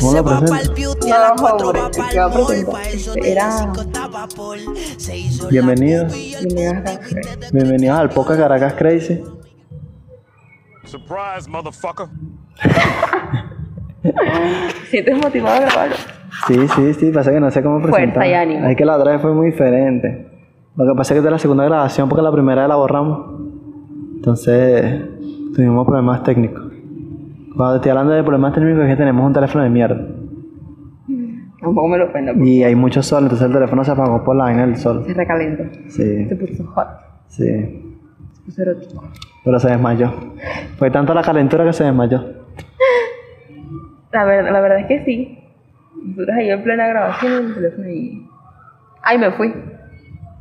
¿Cómo se la va presenta? pa'l beauty, a las No, 4 hombre, va ¿qué va a pa'l mall, presentar? pa' eso Este, de las era- 5 estaba por, se hizo la Bienvenidos. pupi y el Bienvenidos booty a Café. viste de- Bienvenidos al Poca Caracas Crazy. Surprise, motherfucker. ¿Sientes motivado a grabarlo? Sí, sí, sí, pasa que no sé cómo Fuerza presentar. y ánimo. Es que la otra vez fue muy diferente. Lo que pasa es que esta es la segunda grabación porque la primera la borramos. Entonces, tuvimos problemas técnicos. Cuando te estoy hablando de problemas técnicos es que tenemos un teléfono de mierda. Tampoco me lo ofenda. porque Y hay mucho sol, entonces el teléfono se apagó por la vaina del sol. Se recalentó. Sí, Se puso hot. sí. Se puso erótico. Pero se desmayó. Fue tanto la calentura que se desmayó. La, ver- la verdad es que sí. Nosotros ahí en plena grabación en el teléfono y. Ay, me fui.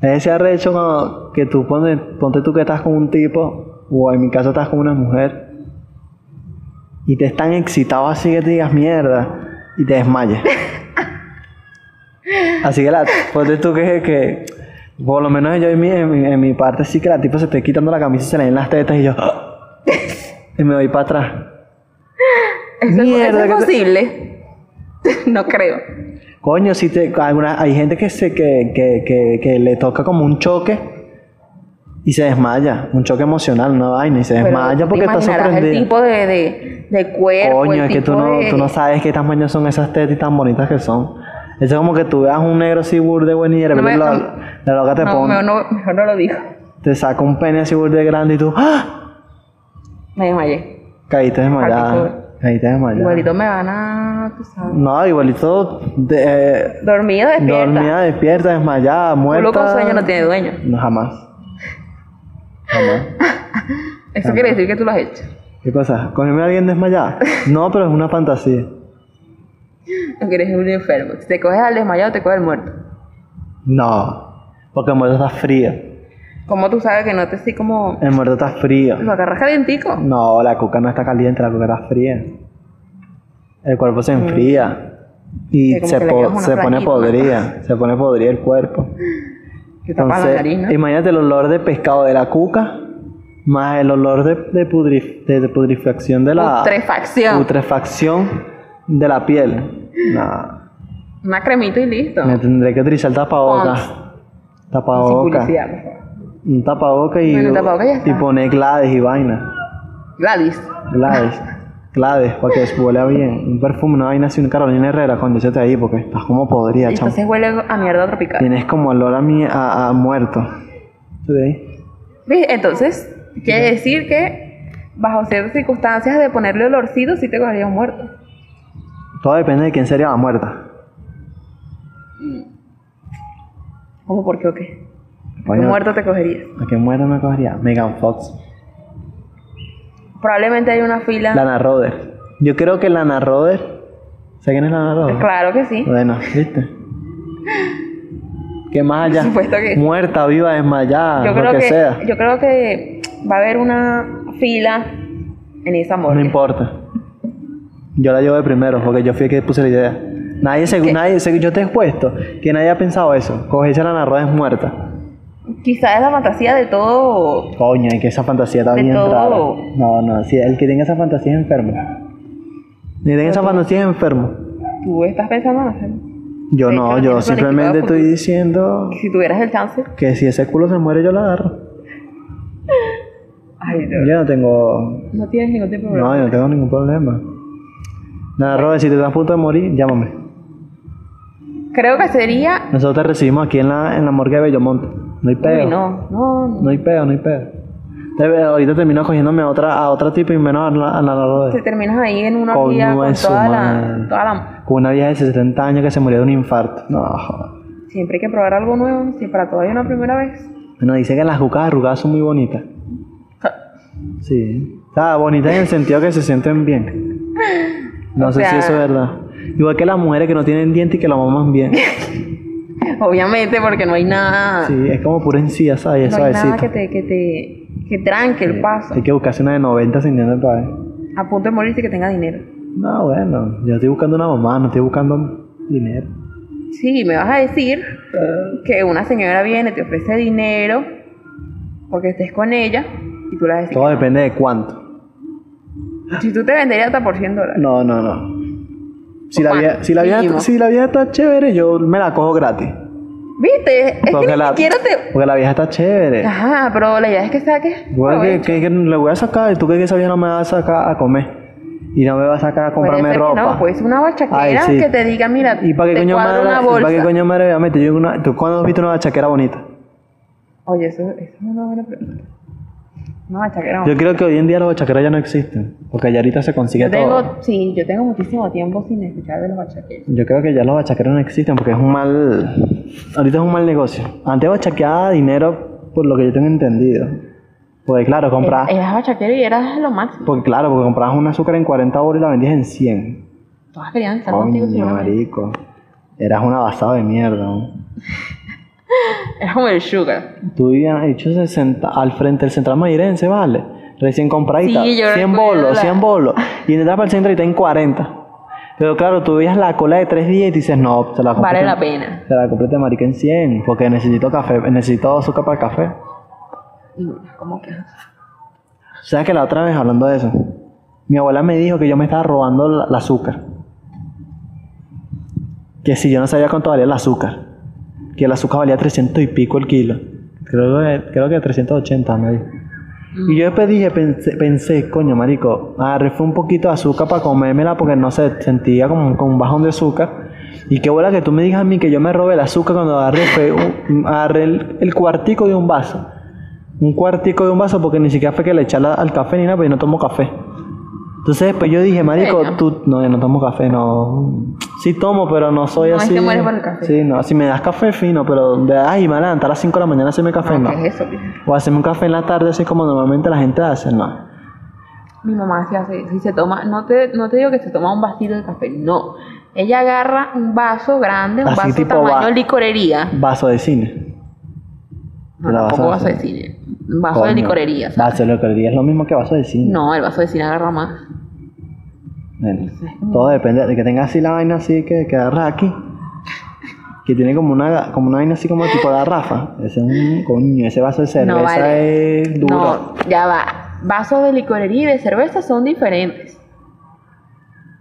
Es ese arrecho cuando- que tú pones, ponte tú que estás con un tipo, o en mi caso estás con una mujer, y te están excitado así que te digas mierda y te desmayes. así que la, ponte tú que, que, por lo menos yo en mi, en, mi- en mi parte sí que la tipa se esté quitando la camisa y se le den las tetas y yo ¡ah! y me voy para atrás. Eso, es- Mierda, eso que es te- posible. no creo. Coño, si te, alguna, hay gente que, se, que, que, que, que le toca como un choque y se desmaya, un choque emocional, una vaina, y se Pero desmaya tú porque está te imaginarás sorprendido. El tipo de, de, de cuerpo. Coño, es el que tú tipo no, de- tú no sabes qué tamaño son esas tetas y tan bonitas que son. Eso es como que tú veas un negro así burde bueno y de No repente me- la, no- la loca te no, pone, mejor no, mejor no lo dijo. te saca un pene así burde grande y tú ¡ah! Me desmayé. caíste Maldito. desmayada, caíste desmayada. Igualito me van a. Tú sabes. No, igualito de, eh, Dormido, despierta. dormida, despierta, desmayada, muerta. Culo con sueño no tiene dueño. No, jamás. Jamás. Eso quiere decir que tú lo has hecho. ¿Qué cosa? ¿Cogerme a alguien desmayada? No, pero es una fantasía. No quieres un enfermo. Si te coges al desmayado, te coges el muerto. No. Porque el muerto está frío. ¿Cómo tú sabes que no te así como. El muerto está frío. Lo agarras calientico? No, la coca no está caliente, la coca está fría. El cuerpo se enfría. Y Que Mm. como se, que le po- llevas una se pone franjita, ¿no? podrida. Se pone podrida el cuerpo. Que tapas la nariz, ¿no? imagínate el olor de pescado de la cuca. Más el olor de, de, pudri- de- de putrefacción de la... Putrefacción. putrefacción de la piel. No. Una cremita y listo. Me tendré que utilizar tapabocas. Sin Tapabocas. publicidad, por favor. Un tapabocas y, Bueno, tapabocas ya y está. poner Glades y vaina. Gladys. Glades. Glades, para que huela bien. Un perfume, una vaina así, un Carolina Herrera, cuando yo te ahí, porque estás como podría, chamo. Entonces huele a mierda tropical. Tienes como olor a, mi, a, a muerto. Sí. ¿Ves? Entonces, quiere decir que bajo ciertas circunstancias de ponerle olorcito, sí te cogerías un muerto. Todo depende de quién sería la muerta. ¿Cómo por qué o qué? Un Coño, muerto te cogerías. ¿A qué muerta me cogería? Megan Fox. Probablemente hay una fila. Lana Roder. Yo creo que Lana Roder. ¿Sabes quién es Lana Roder? Claro que sí. Bueno, ¿viste? ¿Qué más allá? Por supuesto que- Muerta, viva, desmayada, yo creo Ah, lo que, que, sea. yo creo que va a haber una fila en esa No morgue. importa. Yo la llevo de primero, porque yo fui el que puse la idea. Nadie, se, nadie se- yo te he puesto que nadie ha pensado eso. Cogerse la narroda es muerta. Quizás es la fantasía de todo. Coño, es que esa fantasía está De bien todo. rara. No, no, si el que tenga esa fantasía es enfermo. El que tenga esa fantasía es enfermo. Tú estás pensando en hacerlo. Yo Es que no, no yo tienes planificado simplemente estoy futuro. diciendo Si tuvieras el chance. que si ese culo se muere yo la agarro. Ay, no. Yo no tengo No tienes ningún tipo de problema. No, yo no tengo ningún problema. Nada, Robert, si te estás a punto de morir, llámame. Creo que sería. Nosotros te recibimos aquí en la, en la morgue de Bellomonte. No hay pedo. Uy, no, no, no. No hay pedo, no hay pedo. Te veo, ahorita termino cogiéndome a otra, a otra tipo y menos a la, a la Te Robert. terminas ahí en una Coño orilla con de su toda madre. la, toda la. Con una vieja de 70 años que se murió de un infarto. No, joder. Siempre hay que probar algo nuevo. Si para todo hay una primera vez. Bueno, dice que las cucas arrugadas son muy bonitas. Sí. O sea, bonitas en el sentido que se sienten bien. No O sé si sea- eso es verdad. Igual que las mujeres que no tienen dientes y que lo maman bien. Obviamente, porque no hay nada. Sí, es como pura encía, ¿sabes? no hay nada que Suavecito. te, que te. que tranque el paso. Hay que buscarse una de 90 sin dientes para ver. A punto de morirse y que tenga dinero. No, bueno, yo estoy buscando una mamá, no estoy buscando dinero. Sí, me vas a decir que una señora viene, te ofrece dinero porque estés con ella y tú la decís. Todo depende de cuánto. Si tú te venderías hasta por 100 dólares. No, no, no. Si la, Bueno, vieja, si, la vieja, mínimo. si la vieja está chévere, yo me la cojo gratis. ¿Viste? Es que ni la, siquiera te. Ah, porque la vieja está chévere. Ajá, pero la idea es que saques. Igual que, provecho. que, que le voy a sacar, y tú crees que esa vieja no me va a sacar a comer. Y no me va a sacar a Puede comprarme ser que ropa. No, pues una Ay, bachaquera sí. que te diga, mira, ¿Y para qué te coño cuadro madre? una ¿Y bolsa. para qué coño madre? voy a meter yo una- ¿Tú cuándo has visto una bachaquera bonita? Oye, eso, eso es una buena pregunta. Una bachaquera. Yo creo que hoy en día los bachaqueras ya no existen. Porque ya ahorita se consigue Yo todo. tengo, sí, yo tengo muchísimo tiempo sin escuchar de los bachaqueros. Yo creo que ya los bachaqueros no existen porque es un mal. Ahorita es un mal negocio. Antes bachaqueaba dinero, por lo que yo tengo entendido. Pues claro, comprabas. Eras bachaquero y eras lo máximo. Porque claro, porque comprabas un azúcar en 40 bolas y la vendías en 100. Todas querían estar contigo Coño, seguramente. marico. Eras un abasado de mierda. ¿no? Era como el sugar. Tú vivías hecho sesenta- al frente del central mayirense, ¿vale? Recién compradita. Sí, yo 100 recuerdo bolos, la- 100 bolos. Y entras para el centro y está en 40. Pero claro, tú veías la cola de 3 días y dices, no, te la compré. Vale en- la pena. Te la compré de marica en 100, porque necesito café, necesito azúcar para el café. Y bueno, como que. ¿Sabes que la otra vez hablando de eso? Mi abuela me dijo que yo me estaba robando la- el azúcar. Que si yo no sabía cuánto valía el azúcar. Que el azúcar valía 300 y pico el kilo. Creo que, creo que 380 me dijo. Y yo después dije, pensé, pensé, coño, marico, agarré fue un poquito de azúcar para comérmela porque no sé, sentía como, como un bajón de azúcar. Y qué bola que tú me digas a mí que yo me robé el azúcar cuando agarré, fue un- agarré el, el cuartico de un vaso. Un cuartico de un vaso porque ni siquiera fue que le echara al café ni nada, pero yo no tomo café. Entonces después yo dije, marico, serio? tú, no, yo no tomo café, no. Sí tomo, pero no soy No, es así. que mueres por el café. Sí, no, si me das café fino, pero de, ay, me van a levantar a las 5 de la mañana a hacerme café, no. No, Ah, ¿Qué es eso? tío? O hacerme un café en la tarde, así como normalmente la gente hace, no. Mi mamá hacía así, si se toma, no te, no te digo que se toma un vasito de café, no. Ella agarra un vaso grande, un Así vaso tipo tamaño va- licorería. Vaso de cine. No, La vas tampoco a vaso hacer. de cine. Un vaso de Coño. licorería. o sea, Vaso de licorería es lo mismo que vaso de cine. No, el vaso de cine agarra más. Bueno, todo depende de que tenga así la vaina así que, que agarras aquí. Que tiene como una, como una vaina así como tipo garrafa. Ese es un coño, ese vaso de cerveza vale. es duro. No, ya va. Vasos de licorería y de cerveza son diferentes.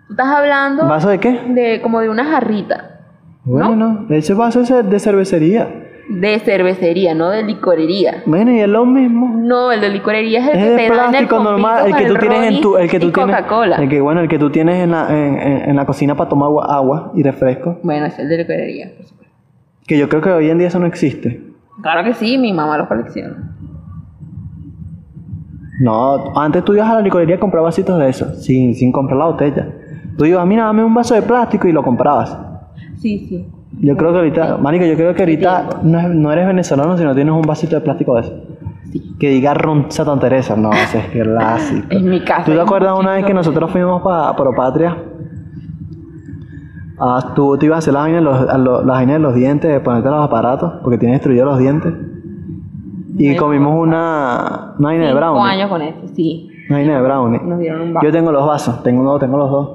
Tú estás hablando ¿Vaso de qué? de como de una jarrita Bueno, no. Ese vaso es de cervecería. de cervecería, no de licorería. Bueno, y es lo mismo. No, el de licorería es el Es que de te dan el plástico normal, el que tú tienes en tu, el que tú tienes, Coca-Cola. el que bueno, el que tú tienes en la, en, en- en la cocina para tomar agua, agua y refresco. Bueno, es el de licorería, por supuesto. Que yo creo que hoy en día eso no existe. Claro que sí, mi mamá los colecciona. No, antes tú ibas a la licorería a comprar vasitos de eso, sin, sin comprar la botella. Tú ibas, mira, dame un vaso de plástico y lo comprabas. Sí, sí. Yo creo que ahorita, marico, yo creo que ahorita no, es- no eres venezolano si no tienes un vasito de plástico de eso. Sí. Que diga ron Santa Teresa, no, ese es clásico. En mi casa. ¿Tú te hay acuerdas una vez muchísimos- que nosotros fuimos para Propatria? Ah, tú te ibas a hacer la vaina de los, a lo- la vaina de los dientes, de ponerte los aparatos, porque tienes destruidos los dientes. Y Bueno, comimos una, una vaina de cinco brownie. años con esto, sí. Una vaina de brownie. Nos dieron un vaso. Yo tengo los vasos, tengo uno, tengo los dos.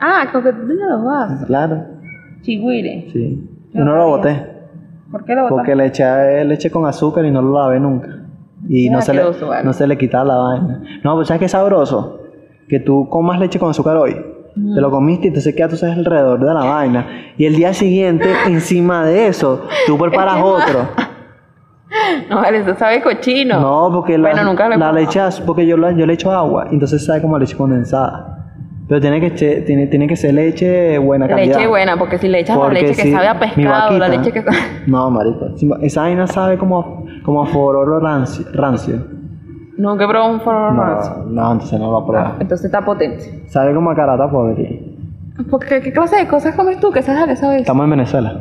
Ah, con que tú tenías los vasos. Claro, Chigüire. sí. Yo Yo no sabía. lo boté, ¿Por qué lo botaste? porque le eché leche con azúcar y no lo lavé nunca. Y Era no se, le, asqueroso, vale. no se le quitaba la vaina. No, pues ¿sabes qué sabroso? Que tú comas leche con azúcar hoy. Mm. Te lo comiste y entonces queda tú sabes alrededor de la vaina. Y el día siguiente, encima de eso, tú preparas otro. No, vale, eso sabe cochino. No, porque la, Bueno, nunca lo he la probado. leche, az- porque yo, la- yo le echo agua, entonces sabe como a leche condensada. Pero tiene que, che- tiene, tiene que ser leche buena calidad. Leche buena, porque si le echas la Porque leche que sí, sabe a mi pescado, la vaquita. leche que sabe... No, marico. si- Esa vaina sabe como, a- como a fororo rancio. rancio. Nunca he probado un forro rancio. No, no, entonces no lo prueba. Entonces está potente. Sabe como a carata pobre. Porque, ¿qué clase de cosas comes tú? ¿Qué sabes a qué sabes? Estamos en Venezuela.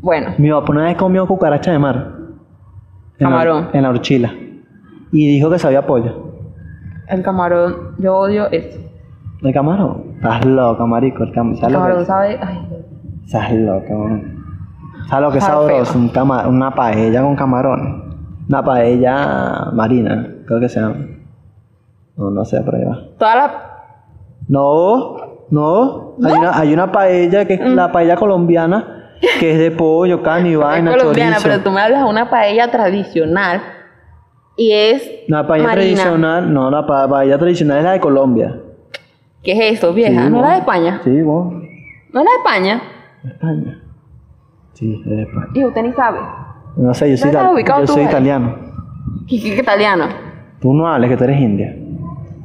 Bueno, Mi papá una vez comió cucaracha de mar. En la- Camarón. en la horchila. Y dijo que sabía a pollo. el camarón, yo odio esto. ¿El camarón? Estás loco, marico. El cam- El ¿Sabes lo que camarón es? sabe... Ay, Estás loco, man. ¿Sabes lo que es Sabe sabroso? feo. Un cama- una paella con camarones. Una paella marina, creo que se llama. No, no sé, por ahí va. todas las... No, no. Hay, una, hay una paella que es Mm. la paella colombiana, que es de pollo, carne y vaina, es colombiana, chorizo. pero tú me hablas de una paella tradicional y es La paella marina. tradicional, no, la pa- paella tradicional es la de Colombia. ¿Qué es eso, vieja? Sí, ¿No era bueno. de España? Sí, bueno. ¿No era de España? España. Sí, es de España. Y usted ni sabe. No sé, yo soy, No estás itali- ubicado yo tú, soy ¿eh? italiano. ¿Qué, qué- qué italiano? Tú no hables que tú eres india.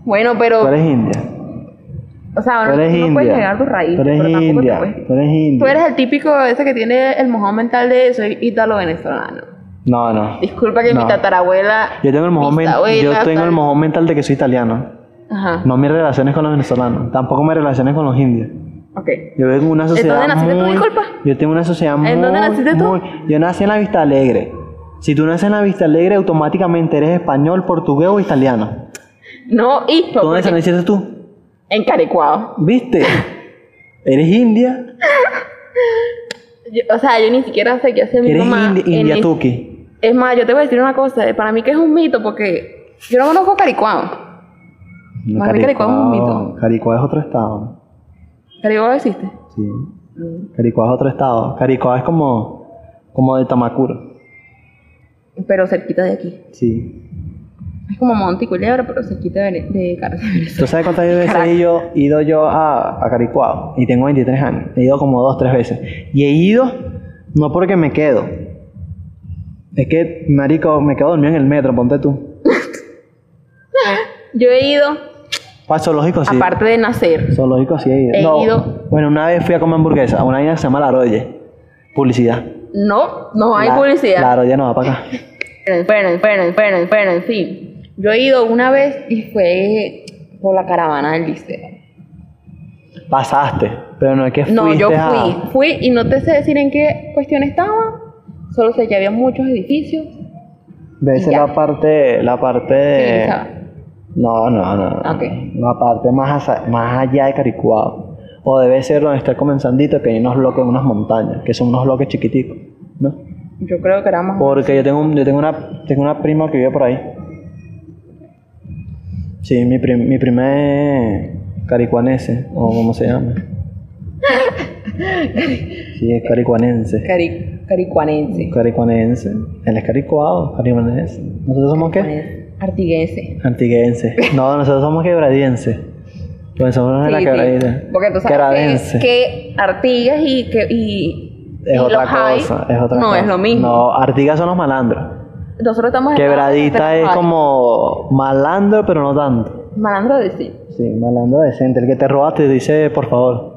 Bueno, pero... Tú eres india. o sea, Tú no, eres tú no india. puedes negar tus raíces, Tú eres pero tampoco india. te puedes... Tú eres Tú india. eres el típico ese que tiene el mojón mental de soy ítalo-venezolano. No, no. Disculpa que mi No. tatarabuela... Yo tengo el mojón, men- yo bisabuela, tengo el tal. mojón mental de que soy italiano. Ajá, No mis relaciones con los venezolanos. Tampoco mis relaciones con los indios. ok. Yo vivo en una sociedad. dónde naciste tú, muy- disculpa? Yo tengo una sociedad muy. ¿En dónde naciste tú? muy- yo nací en la Vista Alegre. Si tú naces en la Vista Alegre, automáticamente eres español, portugués o italiano. No hizo, ¿Dónde porque- naciste tú? en Caricuao. ¿Viste? ¿Eres india? Yo- o sea, yo ni siquiera sé qué hace mi ¿Eres mamá. indi- en india es- tuki? Es más, yo te voy a decir una cosa. eh, Para mí que es un mito porque yo no conozco Caricuao. No, Más bien Caricuao es un mito. Caricuao es otro estado. Caricuao existe. mm, Sí. Caricuao es otro estado. Caricuao es como, como de Tamacuro. Pero cerquita de aquí. Sí. Es como Monte y Culebra, pero cerquita de, Vene- de Car- de Venezuela. ¿Tú sabes cuántas veces he ido, ido yo a, a Caricuao? Y tengo 23 años. He ido como dos, tres veces. Y he ido no porque me quedo. Es que, marico, me quedo dormido en el metro, ponte tú. Yo he ido, Para zoológico Ah, sí. aparte de nacer. Zoológico sí he ido. He No, ido. Bueno, una vez fui a comer hamburguesa. Una vaina que se llama La Roye. Publicidad. No, no hay La- publicidad. La Roye no va para acá. Pero, pero, pero, pero, pero, en fin. Yo he ido una vez y fue por la caravana del liceo. Pasaste. Pero no es que fuiste No, yo fui. a... Fui y no te sé decir en qué cuestión estaba. Solo sé que había muchos edificios. De esa es Ya. la parte... La parte... civilizada. No, no, no. no. Ok. La parte más, asa- más allá de Caricuao. O debe ser donde está el comenzandito, que hay unos bloques en unas montañas, que son unos bloques chiquiticos, ¿no? Yo creo que era más. Porque yo tengo, un- yo tengo, una, tengo una prima que vive por ahí. Sí, mi, prim- mi prima es caricuanese, o como se llama. Sí, es caricuanense. Cari caricuanense. Caricuanense. Él es caricuao, caricuanense. ¿Nosotros somos qué? Artiguense. Antiguense. No, nosotros somos quebradienses. Pues somos de la Sí, sí. quebradiza. Porque tú sabes Quebradense. que, que Artigas y que y, es y otra los high cosa, es otra no cosa. es lo mismo. No, Artigas son los malandros. Nosotros estamos en- Quebradita es Ay, como malandro, pero no tanto. malandro de sí. Sí, malandro decente. El que te roba te dice, por favor,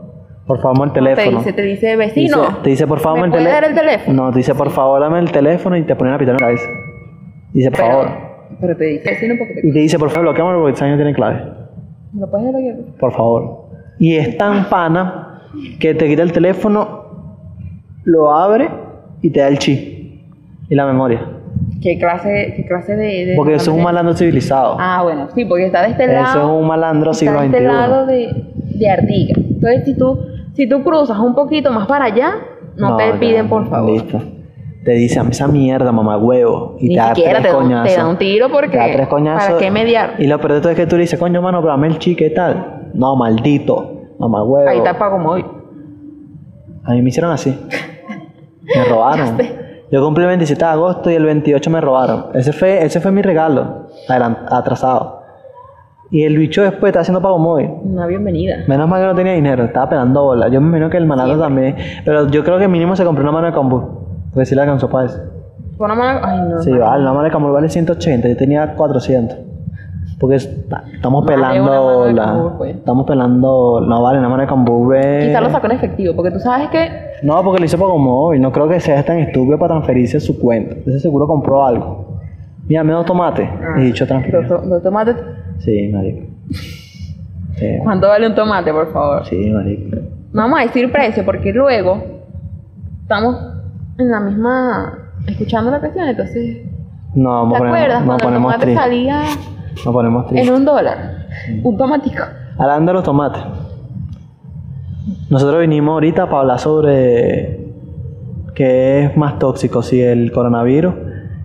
por favor, el Te teléfono. dice, te dice Te dice- vecino. te dice, por favor, ¿Me dame puede tele- dar el teléfono? No, te dice, por favor, dame el teléfono y te ponen a pitar en la cabeza. Dice, por favor. pero, pero te dice vecino porque te Y te dice, por favor, bloqueame porque este año tiene clave. lo puedes desbloquear. por favor. Y es tan pana que te quita el teléfono, lo abre y te da el chi y la memoria. ¿Qué clase, qué clase de, de- Porque eso es un malandro civilizado. Ah, bueno, sí, porque está de este Eso lado. es un malandro siglo está de este lado XXI. de, de Artigas. Entonces, si tú, si tú cruzas un poquito más para allá, no, te ya, piden, por favor. Listo. Te dice, "Hazme esa mierda, mamá huevo. Y Ni te da siquiera tres te da, un- coñazos. te da un tiro porque Te da tres coñazos. ¿para qué mediar? Y lo peor de todo es que tú le dices, coño, mano, pero dame el chi, ¿qué tal? No, maldito, mamá huevo. Ahí está Pago Móvil. A mí me hicieron así. Me robaron. Yo cumplí el 27 de agosto y el 28 me robaron. Ese fue, ese fue mi regalo, adelan- atrasado. Y el bicho después está haciendo pago móvil. Una bienvenida. Menos mal que no tenía dinero, estaba pelando bola. Yo me imagino que el malandro también. Pero yo creo que mínimo se compró una mano de cambur. Porque sí la alcanzó para eso. Con una mano. Ay, no. Sí, vale, la mano de cambur vale 180, yo tenía 400. Porque es- estamos Vale una pelando mano de bola. cambur, pues. Estamos pelando. No vale, una mano de cambur. ve. Quizás lo sacó en efectivo, porque tú sabes que. No, porque lo hizo pago móvil. No creo que sea tan estúpido para transferirse a su cuenta. Ese seguro compró algo. Mira, me dos tomates. Y dicho Los, transferir. to- los tomates. Sí, marico. Sí, ¿Cuánto vale un tomate, por favor? sí, marico. No vamos a decir precio, porque luego estamos en la misma. escuchando la cuestión, entonces. No, vamos ¿Te a poner- acuerdas nos cuando el ponemos tomate tristes. salía Nos ponemos en tristes. Mm. un dólar? Un tomatico. Hablando de los tomates. Nosotros vinimos ahorita para hablar sobre qué es más tóxico, si el coronavirus,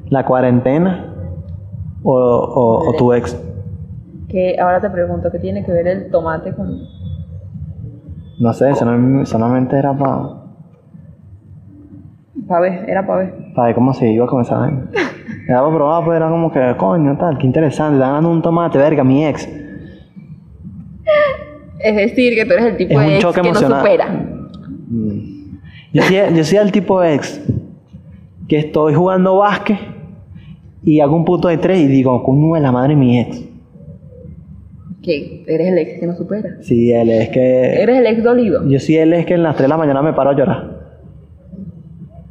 la cuarentena o, o- o tu ex. Que ahora te pregunto, ¿qué tiene que ver el tomate con.? No sé, solamente- solamente era para... Pa' ver, era para ver. para ver cómo se iba con esa vaina. Era para probar, pues era como que, coño, tal, qué interesante, están dando un tomate, verga, mi ex. Es decir, que tú eres el tipo Es un de ex choque que no emocional. supera. Mm. Yo soy, yo soy el tipo de ex que estoy jugando básquet y hago un punto de tres y digo, uno es la madre de mi ex. Que eres el ex que no supera. Sí, él es que. Eres el ex dolido. Yo sí, él es que en las 3 de la mañana me paro a llorar.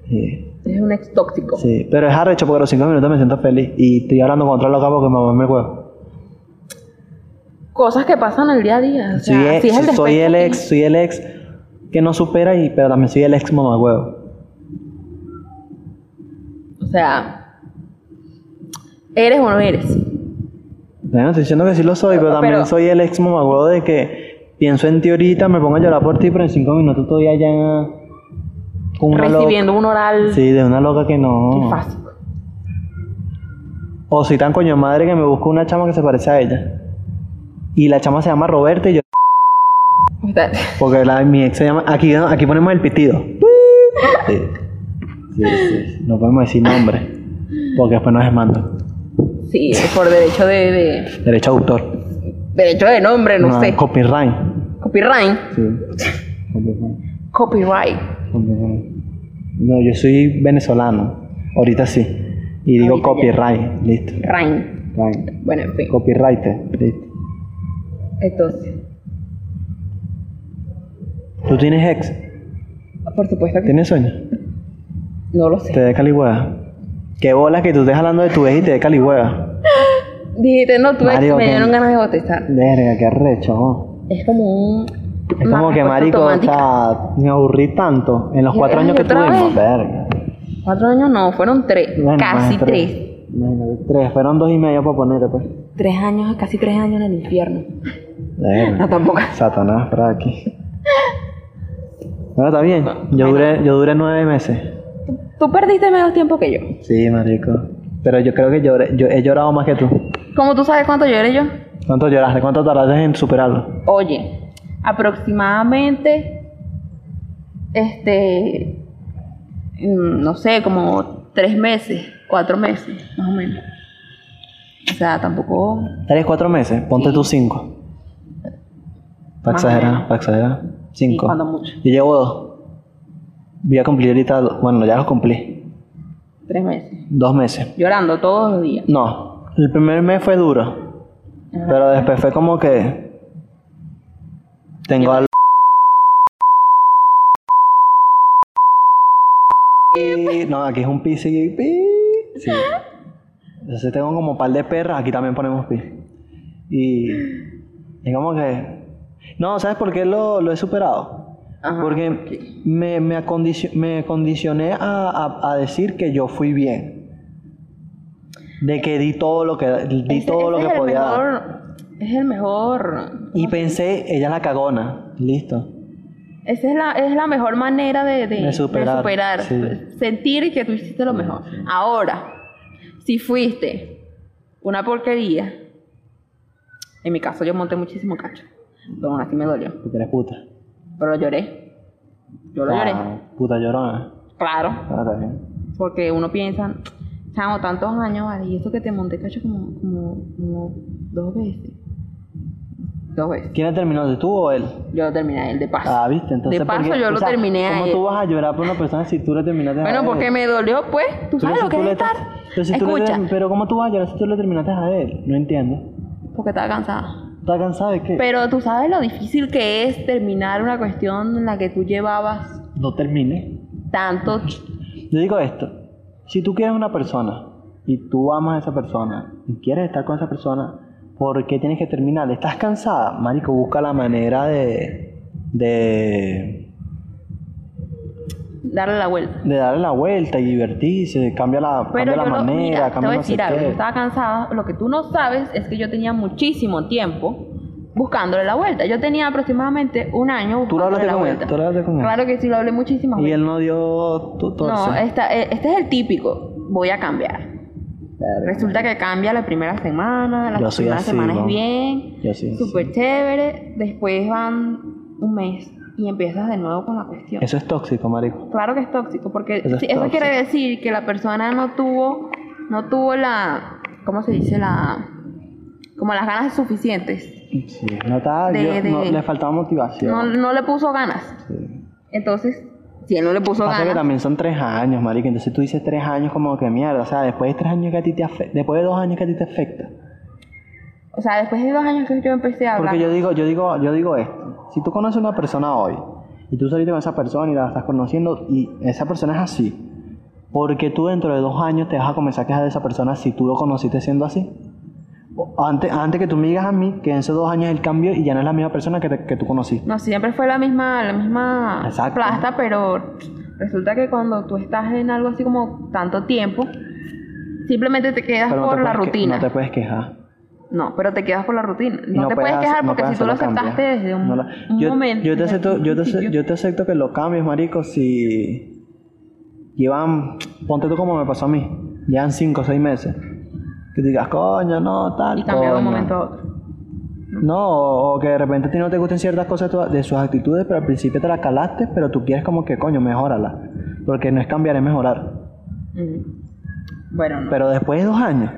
Sí, Eres un ex tóxico. sí. Pero es arrecho porque a los 5 minutos me siento feliz y estoy hablando con otra loca porque me mamá me huevo. Cosas que pasan el día a día. O Soy, sea, ex- así es el soy despecho el aquí. ex, soy el ex que no supera, y, pero también soy el ex mamá huevo. O sea, eres o no eres. Bueno, estoy diciendo que sí lo soy, pero Pero- también soy el ex mamá huevo de que pienso en ti ahorita, me pongo a llorar por ti, pero en 5 minutos estoy allá con una loca. Recibiendo un oral Sí, de una loca que no. fácil. O soy tan coño madre que me busco una chama que se parece a ella. Y la chama se llama Roberta y yo. O sea, Porque la, mi ex se llama. Aquí, aquí ponemos el pitido. Sí. Sí, sí. No podemos decir nombre. Porque después nos demandan. sí, es por derecho de, de- Derecho a autor. Derecho de nombre, no, sé. Copyright. Copyright. Sí. Copyright. Copyright. Copyright. No, yo soy venezolano. Ahorita sí. Y digo Ahorita ya. copyright. Listo. Rain. Right. Bueno, en fin. Copywriter. Listo. Entonces, ¿Tú tienes ex? por supuesto que ¿Tienes sueño? no lo sé. Te de caligüeda. Qué bola que tú estés hablando de tu ex y te de caligüeda. Dijiste, no, tú Mario, me ¿qué? dieron ganas de botestar. Verga, qué arrecho. ¿no? Es como un. Es como una que respuesta marico, automática. está, me aburrí tanto en los Y cuatro ahora años yo que otra tuvimos. vez. Verga. Cuatro años no, fueron tres. Bueno, casi más tres. Bueno, tres, fueron dos y medio para ponerte, pues. Tres años, casi tres años en el infierno. Verga. No, tampoco. Satanás, por aquí. Bueno, está bien. Yo duré, yo duré nueve meses. Tú perdiste menos tiempo que yo. Sí, marico. Pero yo creo que lloré, yo he llorado más que tú. ¿Cómo tú sabes cuánto lloré yo? ¿Cuánto lloraste? ¿Cuánto tardaste en superarlo? Oye, aproximadamente, este, mm, no sé, como tres meses, cuatro meses, más o menos. O sea, tampoco... Tres, cuatro meses. Ponte tú cinco. Para Más o exagerar, menos. para exagerar. sí, Cinco. cuando mucho. Yo llevo dos. Voy a cumplir ahorita, do- bueno, ya los cumplí. Tres meses. Dos meses. Llorando todos los días. No, el primer mes fue duro. Ajá. Pero después fue como que... Tengo al... No, aquí es un pi, sí, pi. Sí. Entonces tengo como par de perras, aquí también ponemos pi. Y es como que... No, ¿sabes por qué lo, lo he superado? Ajá. Porque me, me, acondicio- me condicioné a, a- a decir que yo fui bien. De que di todo lo que, di Ese- todo lo ese que Este, es el podía dar. mejor- es el mejor... Y pensé, ella es la cagona. Listo. Esa es la, es la mejor manera de, de- De superar, de superar. sí. Sentir que tú hiciste lo mejor. Ahora, si fuiste una porquería, en mi caso yo monté muchísimo cacho, pero aún así me dolió. Porque eres puta. Pero lo lloré. Yo lo lloré. Ah, Puta llorona. Claro, Ah, está bien. porque uno piensa, chamo, tantos años, vale, y eso que te monté cacho como, como, como dos veces. Dos veces. ¿Quién la terminó? de ¿Tú o él? Yo lo terminé el de paso. Ah, viste, entonces. De paso, ¿por qué? yo lo terminé a ¿Cómo él. tú vas a llorar por una persona si tú le terminaste a Bueno, él? porque me dolió, pues. Tú Pero sabes si lo que tú es le- estar. Pero, si tú le- Escucha, pero ¿cómo tú vas a llorar si tú le terminaste a él? No entiendo. porque estaba cansada. ¿Estás cansada de qué? Pero tú sabes lo difícil que es terminar una cuestión en la que tú llevabas no termine. tanto. Yo digo esto, si tú quieres una persona y tú amas a esa persona y quieres estar con esa persona, ¿por qué tienes que terminar? ¿Estás cansada? Marico, busca la manera de, de, Darle la vuelta. de darle la vuelta y divertirse, cambia la, Pero cambia la yo lo, manera, mira, te voy cambia a no sé decir algo. Yo qué. estaba cansada. Lo que tú no sabes es que yo tenía muchísimo tiempo buscándole la vuelta. Yo tenía aproximadamente un año Tú lo buscándole hablaste la con él, vuelta. tú lo hablaste con él. Claro que sí, lo hablé muchísimas Y veces. él no dio tu torso. No, esta- eh, este es el típico. Voy a cambiar. Verga. Resulta que cambia la primera semana, Yo la soy primera así, semana ¿no? es bien, Yo sí. súper chévere, después van un mes y empiezas de nuevo con la cuestión. Eso es tóxico, marico. Claro que es tóxico, porque Eso es sí, eso tóxico. quiere decir que la persona no tuvo, no tuvo la, ¿cómo se dice? La, como las ganas suficientes Sí, no estaba, De- yo- no- de- le faltaba motivación. No, no le puso ganas. Sí. Entonces, si él no le puso Pasa que ganas. también son tres años, marico. Entonces tú dices tres años como que mierda. O sea, después de tres años que a ti te afecta, después de dos años que a ti te afecta. O sea, después de dos años que yo empecé a hablar. Porque yo digo, yo digo, yo digo esto. Si tú conoces a una persona hoy y tú saliste con esa persona y la estás conociendo y esa persona es así, porque tú dentro de dos años te vas a comenzar a quejar de esa persona si tú lo conociste siendo así. O- Antes, antes que tú me digas a mí que en esos dos años el cambio y ya no es la misma persona que, te- que tú conociste. No, siempre fue la misma, la misma Exacto. plasta, pero resulta que cuando tú estás en algo así como tanto tiempo, simplemente te quedas Pero no te por la puedes que- rutina. no te puedes quejar. No, pero te quedas por la rutina. Y No, te puedes hacer- quejar no porque puedes si tú lo hacerlo aceptaste cambiar. desde un, No lo- un yo, momento. Yo te, desde acepto, un yo, te, ace- principio. yo te acepto que lo cambies, marico, si llevan, ponte tú como me pasó a mí, llevan 5 o 6 meses. Que digas, coño, no, tal. Y cambió de un coño". momento a otro. No, o, o que de repente a ti no te gusten ciertas cosas tu- de sus actitudes, pero al principio te las calaste, pero tú quieres como que, coño, mejórala. Porque no es cambiar, es mejorar. Mm. Bueno, no. Pero después de dos años,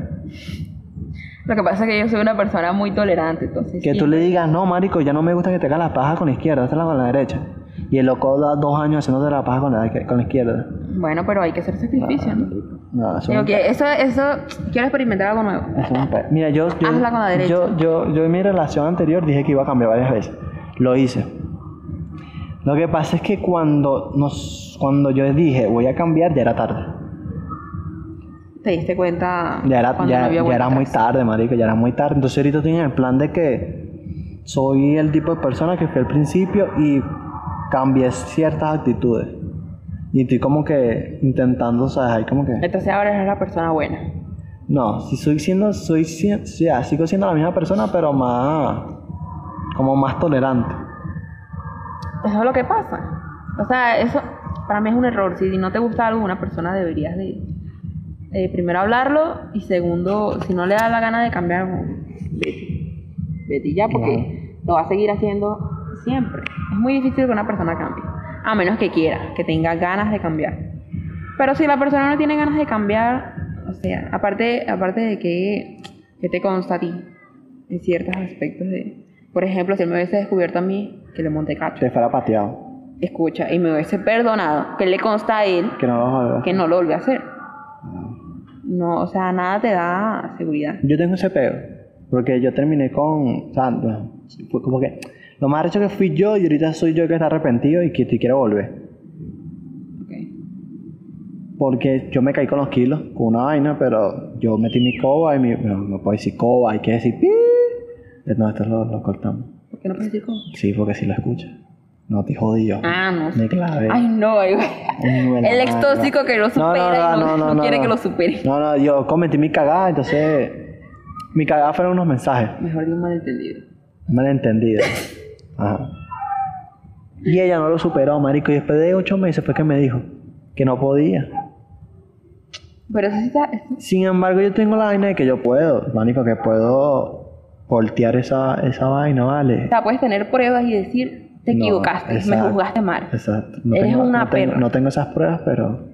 Lo que pasa es que yo soy una persona muy tolerante, entonces. que sí. tú le digas, no, marico, ya no me gusta que te hagas la paja con la izquierda, hazla con la derecha. Y el loco da dos años haciéndote la paja con la, con la izquierda. Bueno, pero hay que hacer sacrificio, ¿no? No, eso es Digo un- que eso, eso, quiero experimentar algo nuevo. eso es un pe- Mira, yo, yo, Hazla con la derecha. yo, yo, yo en mi relación anterior dije que iba a cambiar varias veces. Lo hice. Lo que pasa es que cuando, nos, cuando yo dije voy a cambiar, ya era tarde. Te diste cuenta. Ya era, cuando no ya, había ya vuelta era muy atrás. tarde, marico, ya era muy tarde. Entonces ahorita estoy en el plan de que soy el tipo de persona que fui al principio y cambié ciertas actitudes. Y estoy como que intentando, ¿sabes? Ahí como que... Entonces ahora eres la persona buena. No, si soy siendo, soy si- o sea, sigo siendo la misma persona, pero más, como más tolerante. Eso es lo que pasa. O sea, eso para mí es un error. Si no te gusta algo, una persona deberías de, eh, primero hablarlo y segundo, si no le da la gana de cambiar, bueno, vete. Vete ya porque lo va a seguir haciendo siempre. Es muy difícil que una persona cambie. A menos que quiera, que tenga ganas de cambiar. Pero si la persona no tiene ganas de cambiar, o sea, aparte, aparte de que, que te consta a ti en ciertos aspectos de... Por ejemplo, si él me hubiese descubierto a mí que le monté cacho Te fuera pateado. escucha, y me hubiese perdonado, que le consta a él Que no lo vas a volver. que no lo volvió a hacer. No, o sea, nada te da seguridad. Yo tengo ese peo, porque yo terminé con, o sea, no, fue como que lo más hecho que fui yo y ahorita soy yo que está arrepentido y que te quiero volver. Ok. Porque yo me caí con los kilos, con una vaina, pero yo metí mi coba y mi, no, no puedo decir coba, hay que decir pi. No, esto lo, lo cortamos. ¿Por qué no puedes decir cómo? Sí, porque si lo escuchas. No te jodí yo. Ah, no. Me clavé. Ay, no, ay, güey. El ex tóxico que lo supera y no- no quiere que lo supere. No, no, yo cometí mi cagada, entonces. Mi cagada fueron unos mensajes Mejor de un malentendido. malentendidos. Ajá. Y ella no lo superó, marico. Y después de ocho meses fue que me dijo que no podía. Pero eso sí está. eso- Sin embargo, yo tengo la vaina de que yo puedo, marico, que puedo voltear esa, esa vaina, O ¿vale? sea, puedes tener pruebas y decir, te No, equivocaste, exacto, me juzgaste mal. Exacto. Eres una no tengo- perra. no tengo esas pruebas, pero.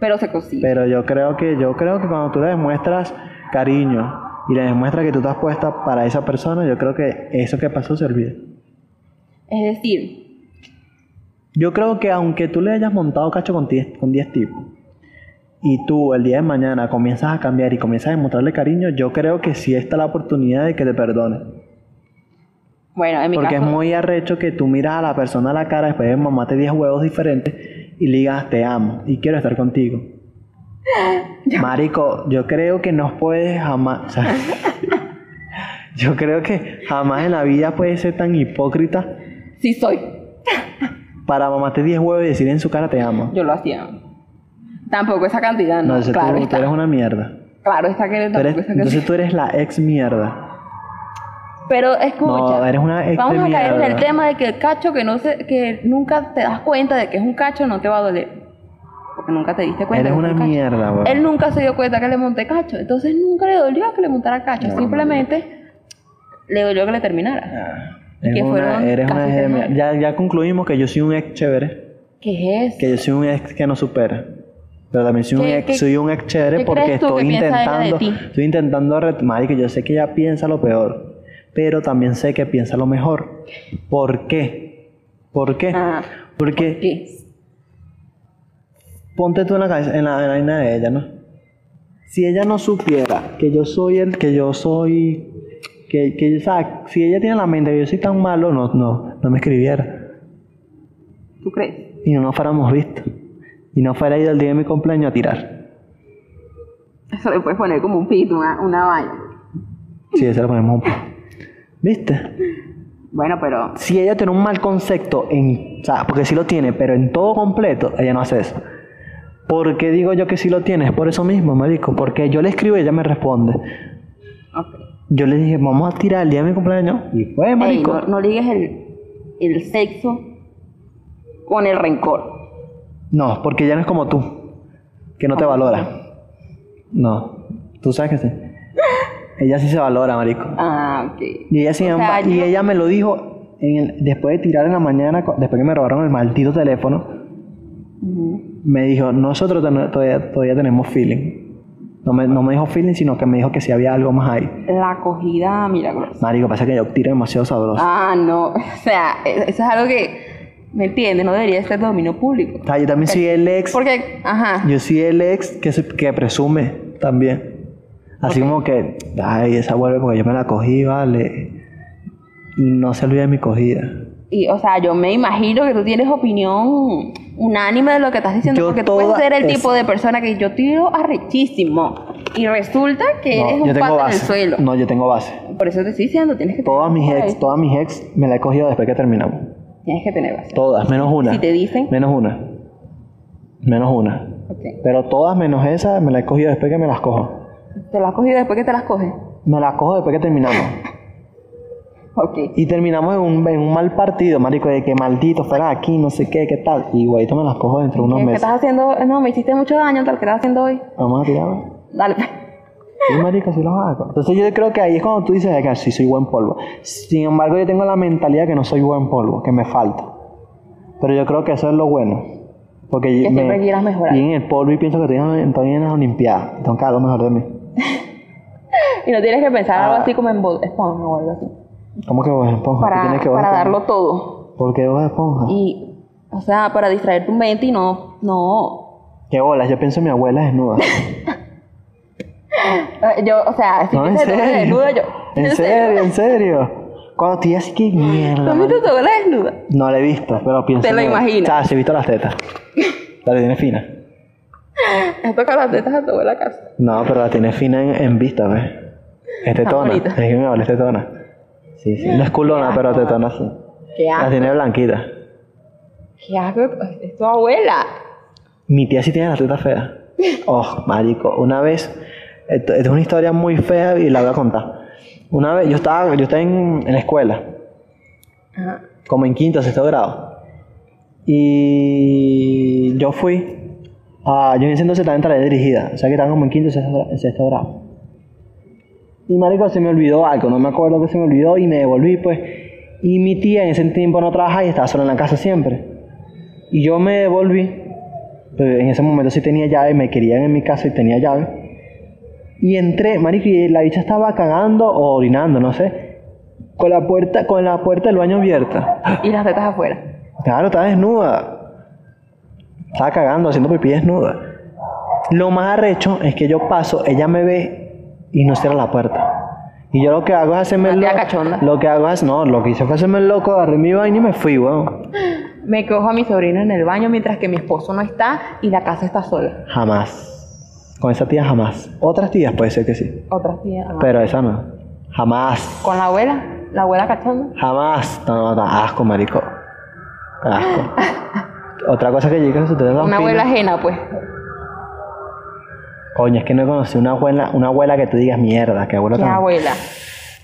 Pero se consigue. Pero yo creo que yo creo que cuando tú le demuestras cariño y le demuestras que tú estás puesta para esa persona, yo creo que eso que pasó se olvida. Es decir, Yo creo que aunque tú le hayas montado cacho con 10 con 10 tipos y tú el día de mañana comienzas a cambiar y comienzas a demostrarle cariño, yo creo que sí está la oportunidad de que te perdone. bueno, en mi Porque es caso. muy arrecho que tú miras a la persona a la cara después de mamarte 10 huevos diferentes y le digas te amo y quiero estar contigo. Marico, yo creo que no puedes jamás. o sea, yo creo que jamás en la vida puedes ser tan hipócrita Sí, soy. para mamarte 10 huevos y decir en su cara te amo. Yo lo hacía. Tampoco esa cantidad, No, no. entonces tú- claro, tú, está. eres una mierda. claro está que Tú tampoco eres- esa cantidad. entonces tú eres la ex mierda. Pero escucha. No, eres una ex de Vamos a caer en el mierda. tema de que el cacho que no se, que nunca te das cuenta de que es un cacho no te va a doler. Porque nunca te diste cuenta. Eres que es una un cacho. mierda, weón. Él nunca se dio cuenta que le monté cacho. Entonces nunca le dolió que le montara cacho. No, Simplemente le dolió que le terminara. Ah, Eres que una- fueron eres una casi ex de tres mierda. años. Ya, ya concluimos que yo soy un ex chévere. ¿Qué es eso? que yo soy un ex que no supera. Pero también soy un ¿Qué- ex, qué- soy un ex chévere qué porque crees tú estoy que piensa ella de intentando, ti? estoy intentando retomar y que yo sé que ella piensa lo peor. pero también sé que piensa lo mejor. ¿Por qué? ¿Por qué? Ajá. Porque Ah, ¿Qué? ponte tú en la cabeza- en la en la vaina de ella, ¿no? Si ella no supiera que yo soy el que yo soy, que, que o sea, si ella tiene en la mente que yo soy tan malo, no, no, no me escribiera. ¿Tú crees? Y no nos fuéramos visto. Y no fuera ido el día de mi cumpleaños a tirar. Eso le puedes poner como un pito, una, una vaina. Si se lo ponemos un poco. ¿Viste? Bueno, pero Si ella tiene un mal concepto, en, o sea, porque sí lo tiene, pero en todo completo, ella no hace eso. ¿Por qué digo yo que sí lo tiene? Es por eso mismo, marico. Porque yo le escribo y ella me responde. Ok. Yo le dije, vamos a tirar el día de mi cumpleaños. Y fue, Ey, marico. no, no ligues el, el sexo con el rencor. no. porque ya no es como tú. Que no te valora. No. Tú sabes que sí. ella sí se valora, marico. Ah, ok. Y ella, sin O sea, embargo- y yo- ella me lo dijo en el- después de tirar en la mañana, cu- después que me robaron el maldito teléfono. Ujú. Me dijo, nosotros ten- todavía, todavía tenemos feeling. No me, no me dijo feeling, sino que me dijo que si había algo más ahí. La acogida milagrosa. Marico, pasa que yo tiro demasiado sabroso. Ah, no. O sea, e- eso es algo que, ¿me entiendes? No debería ser dominio público. O sea, yo también soy el ex. Porque, ajá. Yo soy el ex que, se- que presume también. Así como que, ay, esa vuelve porque yo me la cogí, vale. Y no se olvida de mi cogida. Y, o sea, yo me imagino que tú tienes opinión unánime de lo que estás diciendo. Yo porque tú toda puedes ser el es- tipo de persona que yo tiro arrechísimo. Y resulta que No, eres yo un tengo pato en el base. suelo. No, yo tengo base. Por eso te estoy diciendo, tienes que Todas mis tener ex, todas mis ex me la he cogido después que terminamos. Tienes que tener base. Todas, menos una. Si te dicen. Menos una. Menos una. Ok. Pero todas menos esa me la he cogido después que me las cojo. ¿Te las has cogido después que te las coges? Me las cojo después que terminamos. Ok. Y terminamos en un, en un mal partido, marico, de que maldito fuera aquí, no sé qué, qué tal. Y guayito me las cojo dentro de unos ¿Qué meses. estás haciendo? No, me hiciste mucho daño, tal, ¿qué estás haciendo hoy? Vamos a tirar. Dale. pues. Sí, marico, sí lo hago. Entonces yo creo que ahí es cuando tú dices, que sí soy buen polvo. Sin embargo, yo tengo la mentalidad que no soy buen polvo, que me falta. Pero yo creo que eso es lo bueno. Porque yo Que siempre quieras mejorar. Y en el polvo y pienso que estoy en, estoy en las Olimpiadas. Tengo que dar lo mejor de mí. Y no tienes que pensar Ah. algo así como en Bob Esponja o algo así. ¿Cómo que vos esponja? ¿Tú Para, tienes que vos para esponja? darlo todo. ¿Por qué vos esponja? Y, o sea, para distraer tu mente y no, no. ¿Qué bolas? Yo pienso en mi abuela desnuda. Eh, Yo, o sea, si no, en viste tu serio. abuela desnuda, yo. En serio, en serio. Cuando estoy así que mierda. ¿Tú viste tu abuela desnuda? No la he visto, pero pienso. Te lo en- imaginas. O sea, sí he visto las tetas. La tiene fina. Has tocado las tetas a tu abuela casa. No, pero la tiene fina en, en vista, ¿ves? Es tetona. bonita. Es que mi abuela es tetona. Sí, sí. No es culona, pero tetona sí. Qué La asco. tiene blanquita. Qué asco. Es tu abuela. Mi tía sí tiene las tetas feas. Oh, marico. Una vez, esto, esto es una historia muy fea y la voy a contar. Una vez, yo estaba, yo estaba en, en la escuela, Ajá. como en quinto, sexto grado. Y yo fui a. Yo vine siendo también tarea dirigida, o sea que estaba como en quinto, sexto, gra- sexto grado. Y marico, se me olvidó algo, no me acuerdo que se me olvidó y me devolví, pues. Y mi tía en ese tiempo no trabajaba y estaba sola en la casa siempre. Y yo me devolví. pero En ese momento sí tenía llave, me querían en mi casa y tenía llave. Y entré, marico, y la bicha estaba cagando o orinando, no sé. Con la puerta, con la puerta del baño abierta. Y las tetas afuera. Claro, estaba desnuda. Estaba cagando, haciendo pipí desnuda. Lo más arrecho es que yo paso, ella me ve y no cierra la puerta. Y yo lo que hago es hacerme el Una tía loco. cachonda. Lo que hago es, no, lo que hice fue hacerme el loco, agarré mi vaina y me fui, weón. Me cojo a mi sobrino en el baño mientras que mi esposo no está y la casa está sola. Jamás. Con esa tía jamás. Otras tías puede ser que sí. Otras tías. ah. Pero esa no. Jamás. Con la abuela, la abuela cachonda. Jamás. No, no, no, asco, marico. Asco. Otra cosa que llega a su teléfono. Una abuela ajena, pues. Coño, es que no he conocido una abuela, una abuela que tú digas mierda, que abuela Qué tan- abuela.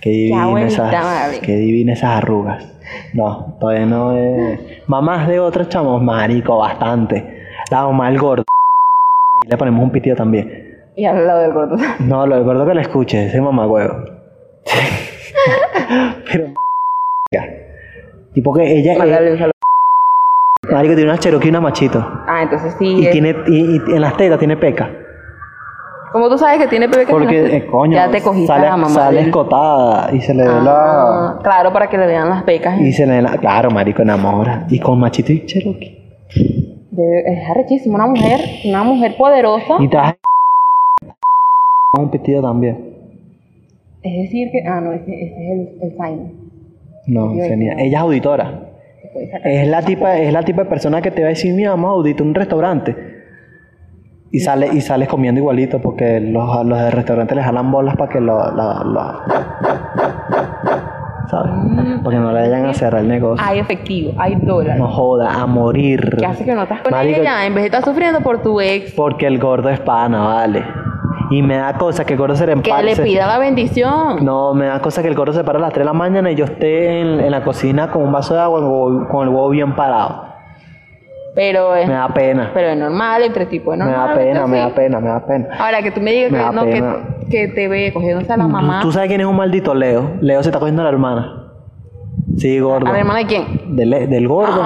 Qué divina abuelita, esas, vale. qué divina esas arrugas. No, todavía no es. Mamás de otros chamos, marico, bastante. La mamá del gordo. Ahí le ponemos un pitido también. Y al lado del gordo. No, lo del gordo que le escuche, ese mamá huevo. Pero ya. Tipo que ella, eh, Mándale un saludo. marico, tiene una Cherokee y una machito. Ah, entonces sí. Y es- tiene, y, y en las tetas tiene peca. Como tú sabes que tiene bebé que Porque, eh, coño, Ya te cogiste sale, a la mamá sale del- escotada y se le ve Ah, claro, para que le vean las becas. la. Y se le ve la. Claro, marico, enamora. Y con machito y Cherokee. Debe- es arrechísimo, una mujer, una mujer poderosa. Y traje. Un pitido también. Es decir, que. Ah, no, ese, ese es el, el sign. No, se Yo dije, niega. Ella es auditora. Se puede sacar. Es la tipa, es la tipa de persona que te va a decir, mira, vamos a auditar un restaurante. Y, sale, y sales comiendo igualito porque los, a los de restaurante les jalan bolas para que lo, la- la- ¿Sabes? Porque no le vayan a cerrar el negocio. Hay efectivo, hay dólares. No joda, a morir. Que hace que no estás con Marico, ella, en vez de estar sufriendo por tu ex, Porque el gordo es pana, vale. Y me da cosa que el gordo se le que empalce. le pida la bendición. No, me da cosa que el gordo se para a las 3 de la mañana y yo esté en, en la cocina con un vaso de agua con- con el huevo bien parado. Pero es, Me da pena. pero es normal, entre tipos, es Me normal. da pena, me entonces, da pena, me da pena. Ahora que tú me digas Me da que, no, pena. que, que te ve cogiéndose a la mamá. ¿Tú sabes quién es un maldito Leo? Leo se está cogiendo a la hermana. Sí, gordo. ¿A Ah. la hermana de quién? De Le- del gordo.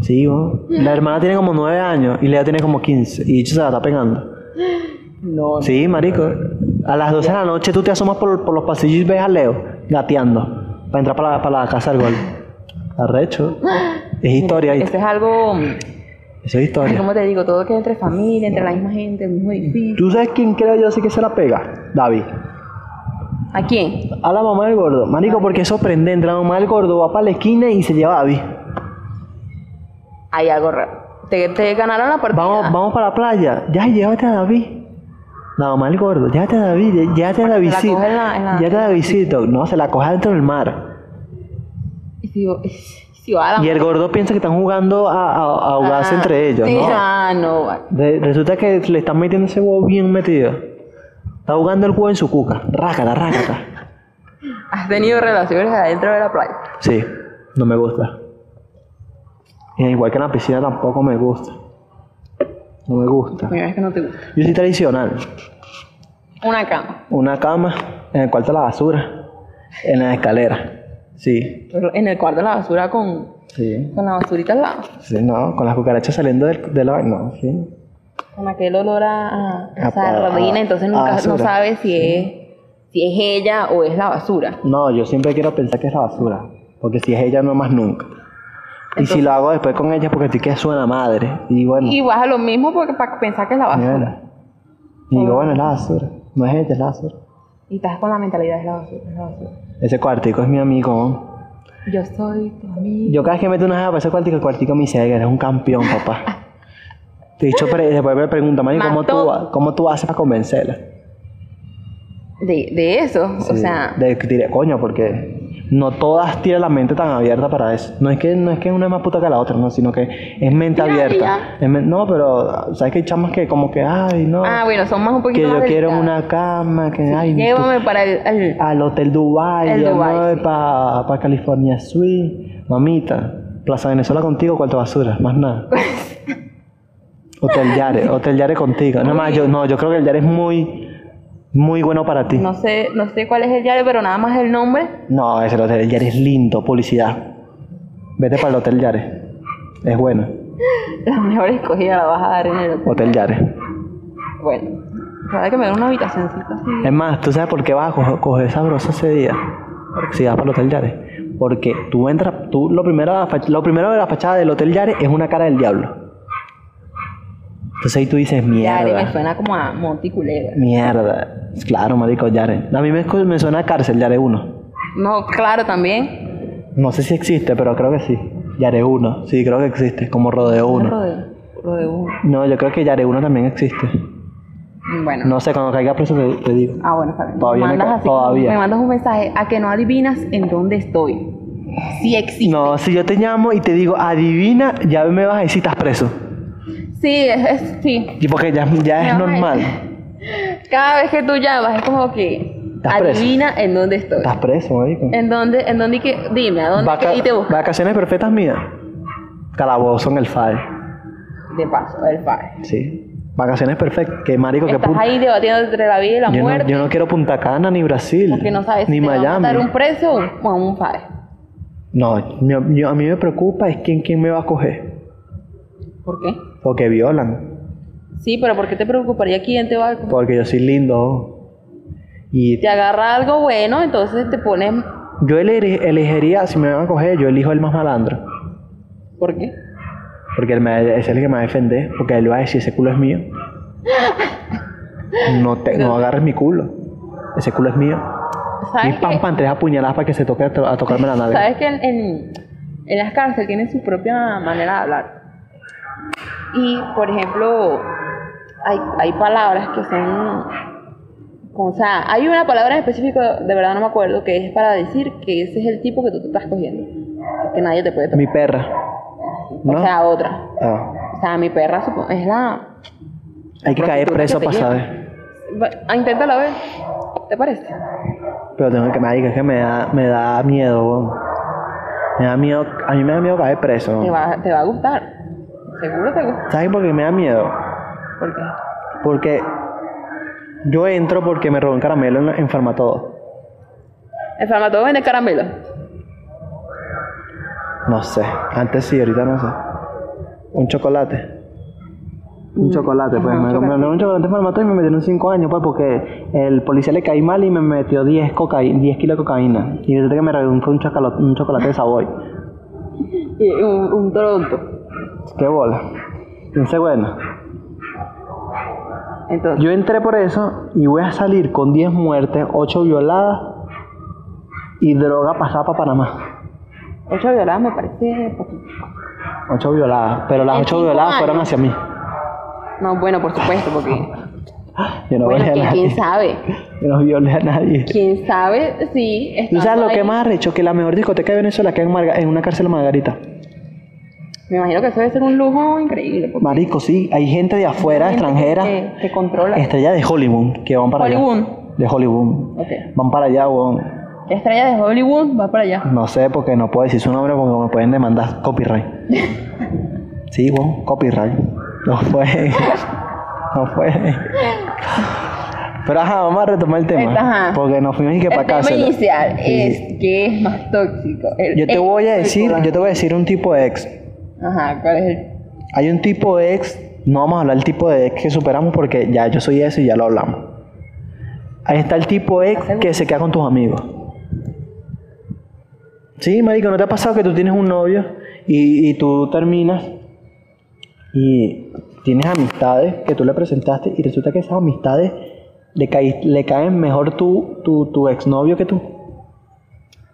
Sí, gordo. La hermana tiene como 9 años y Leo tiene como 15. Y Dicho se la está pegando. No. Sí, marico. A las 12 de la noche tú te asomas por, por los pasillos y ves a Leo gateando para entrar para la, para la casa del gordo. Arrecho. Es historia. Eso es algo, Eso es ay, historia. ¿cómo te digo? Todo que es entre familia, entre la misma gente, el mismo edificio. ¿Tú sabes quién creo yo sí que se la pega? David. ¿A quién? A la mamá del gordo, marico, porque es sorprendente. La mamá del gordo va para la esquina y se lleva a David. Hay algo raro. Te, te ganaron la partida. Vamos, vamos para la playa. Ya, llévate a David. La mamá del gordo, llévate a David, llé- llévate a Davidcito. coge en la- en la- Llévate a Davidcito. No, se la coge dentro del mar. Y si, y si va a la Y el gordo piensa que están jugando a, a, a ahogarse Ah, entre ellos, sí, ¿no? Ah, no. vale. De- resulta que le están metiendo ese huevo bien metido. Está jugando el huevo en su cuca. Rácata, rácata. Has tenido relaciones adentro de la playa. Sí, no me gusta. Y igual que en la piscina tampoco me gusta. No me gusta. Primera vez que no te gusta. Yo soy tradicional. Una cama. Una cama, en el cuarto la basura, en la escalera. Sí. Pero en el cuarto de la basura con, Sí. con la basurita al lado. Sí, no, con las cucarachas saliendo del, de la... No, sí. Con aquel olor a, a, A- o sea, a- rodina. Entonces a nunca no basura. sabes si es, si es ella o es la basura. No, yo siempre quiero pensar que es la basura, porque si es ella no más nunca. Y si lo hago después con ella es porque estoy que suena madre. Y bueno, Y vas a lo mismo porque para pensar que es la basura. mira. Y digo, bueno, es la basura. No es ella, es la basura. Y estás con la mentalidad es la basura, es la basura. Ese cuartico es mi amigo. ¿no? Yo soy tu amigo. Yo cada vez que meto una jeva para ese cuartico, el cuartico me dice, "Edgar, eres un campeón, papá. Te dicho, pre- después me pregunta, Mari, ¿cómo tú, Mató. ha- ¿cómo tú haces para convencerla? De, de eso. O Sí, sea, de, diré, coño, porque no todas tienen la mente tan abierta para eso. No es que no es que una es más puta que la otra, no, sino que es mente abierta. Es men- no, pero sabes que hay chamas que como que, ay, no, ah, bueno, son más un que poquito yo más quiero delicadas. una cama, que ay, Llévame para el, al- tú- al hotel Dubai, El Dubai, sí. para California Suite, mamita, Plaza Venezuela contigo, cuarto basura, más nada. hotel Yare, Hotel Yare contigo. No más, yo no, yo creo que el Yare es muy muy bueno para ti. No sé, no sé cuál es el diario, pero nada más el nombre. No, ese hotel Yare es lindo, publicidad. Vete para el hotel Yare. Es bueno. La mejor escogida la vas a dar en el hotel. Hotel Yare. Bueno, para que me den una habitacioncita así. Es más, ¿tú sabes por qué vas a coger, coger sabroso ese día? Si vas para el hotel Yare. Porque tú entras, tú lo primero, de la fa- lo primero de la fachada del hotel Yare es una cara del diablo. Entonces ahí tú dices, Yare, me mierda. suena como a Monticulera. Mierda. Claro, marico, Yare. A mí me, me suena a cárcel, Yare 1. No, claro, también. No sé si existe, pero creo que sí. Yare 1. Sí, creo que existe. Como Rodeo 1. Lo de, lo de uno. No, yo creo que Yare 1 también existe. Bueno. No sé, cuando caiga preso te, te digo. Ah, bueno, está bien. Todavía me me mandas, ca- así como- todavía. me mandas un mensaje a que no adivinas en dónde estoy. Si existe. No, si yo te llamo y te digo, adivina, ya me vas a decir, estás preso. Sí, es, es- sí. Y porque ya, ya es Me vas a normal. Cada vez que tú llamas es como que Estás preso. adivina en dónde estoy. Estás preso, marico. En dónde, en dónde y que, dime, a dónde y Vaca- que- y te busco. vacaciones perfectas mías. Calabozo en el FAE. De paso, el padre. Sí. Vacaciones perfectas. Qué marico, qué Estás puta. ahí debatiendo entre la vida y la Yo no, muerte. yo no quiero Punta Cana ni Brasil. Porque no sabes ni si te va a Miami. matar un preso o un, o un padre. No, yo- yo- a mí me preocupa es quién, quién me va a coger. ¿Por qué? Porque violan. Sí, pero ¿por qué te preocuparía quién te va a... Porque yo soy lindo. Y Te agarra algo bueno, entonces te pones... yo ele- elegiría, si me van a coger, yo elijo el más malandro. ¿Por qué? Porque él me, va- es el que me va a defender. Porque él va a decir, ese culo es mío. No, te, no agarres mi culo. Ese culo es mío. Y ¿Sabes qué? pam, pam, tres apuñaladas para que se toque a, to- a tocarme la nave. Sabes que en, en- en las cárceles tienen su propia manera de hablar. Y, por ejemplo, hay, hay palabras que son. O sea, hay una palabra en específico, de verdad no me acuerdo, que es para decir que ese es el tipo que tú te estás cogiendo. Que nadie te puede tocar. Mi perra. ¿No? O sea, otra. Ah. O sea, mi perra supo- es la. Hay que caer prostituta preso que para te saber. Va- Ah, inténtalo ver. ¿Te parece? Pero tengo que, marica, es que me da, me da miedo, weón. Me da miedo, a mí me da miedo caer preso, Te weón. va, te va a gustar. Seguro te gusta. ¿Sabes por qué me da miedo? ¿Por qué? Porque yo entro porque me robó un caramelo en, la- en Farmatodo. El farmacólogo vende caramelo. No sé, antes sí, ahorita no sé. Un chocolate. Un chocolate, pues. ajá, me un compré chocolate. un chocolate en Farmatodo y me metieron 5 años, pues, porque el policía le caí mal y me metió 10, cocaí- 10 kilos de cocaína. Y resulta que me robó un, fue un chocolo- un chocolate de Savoy. Y un, un Toronto. Qué bola. Entonces, bueno, Entonces, yo entré por eso y voy a salir con 10 muertes, 8 violadas y droga pasada para Panamá. ocho violadas me parece poquito. Ocho violadas, pero las En ocho cinco violadas fueron años. hacia mí. No, bueno, por supuesto, porque. Yo no violé bueno, a que quién nadie. sabe. Yo no violé a nadie. Quién sabe si. ¿Tú sabes estando lo que ahí- más arrecho? Que la mejor discoteca de Venezuela queda en, Marga- en una cárcel de Margarita. Me imagino que eso debe ser un lujo increíble. Porque Marico, sí, hay gente de afuera, hay gente extranjera, Que, que controla. estrella de Hollywood, que van para allá. Hollywood. De Hollywood. Ok. Van para allá, weón. Estrella de Hollywood va para allá. No sé, porque no puedo decir su nombre porque me pueden demandar copyright. Sí, bueno, copyright. No fue. No fue. Pero ajá, vamos a retomar el tema. Ajá. Porque nos fuimos y que para El tema cárcel. inicial Sí. es que es más tóxico. El Yo te ex voy a decir, circulante. yo te voy a decir un tipo de ex. Ajá, ¿cuál es el.? Hay un tipo de ex, no vamos a hablar del tipo de ex que superamos porque ya yo soy eso y ya lo hablamos. Ahí está el tipo de ex que se queda con tus amigos. Sí, marico, ¿no te ha pasado que tú tienes un novio y, y tú terminas y tienes amistades que tú le presentaste y resulta que esas amistades le, caí- le caen mejor tu, tu, tu exnovio que tú?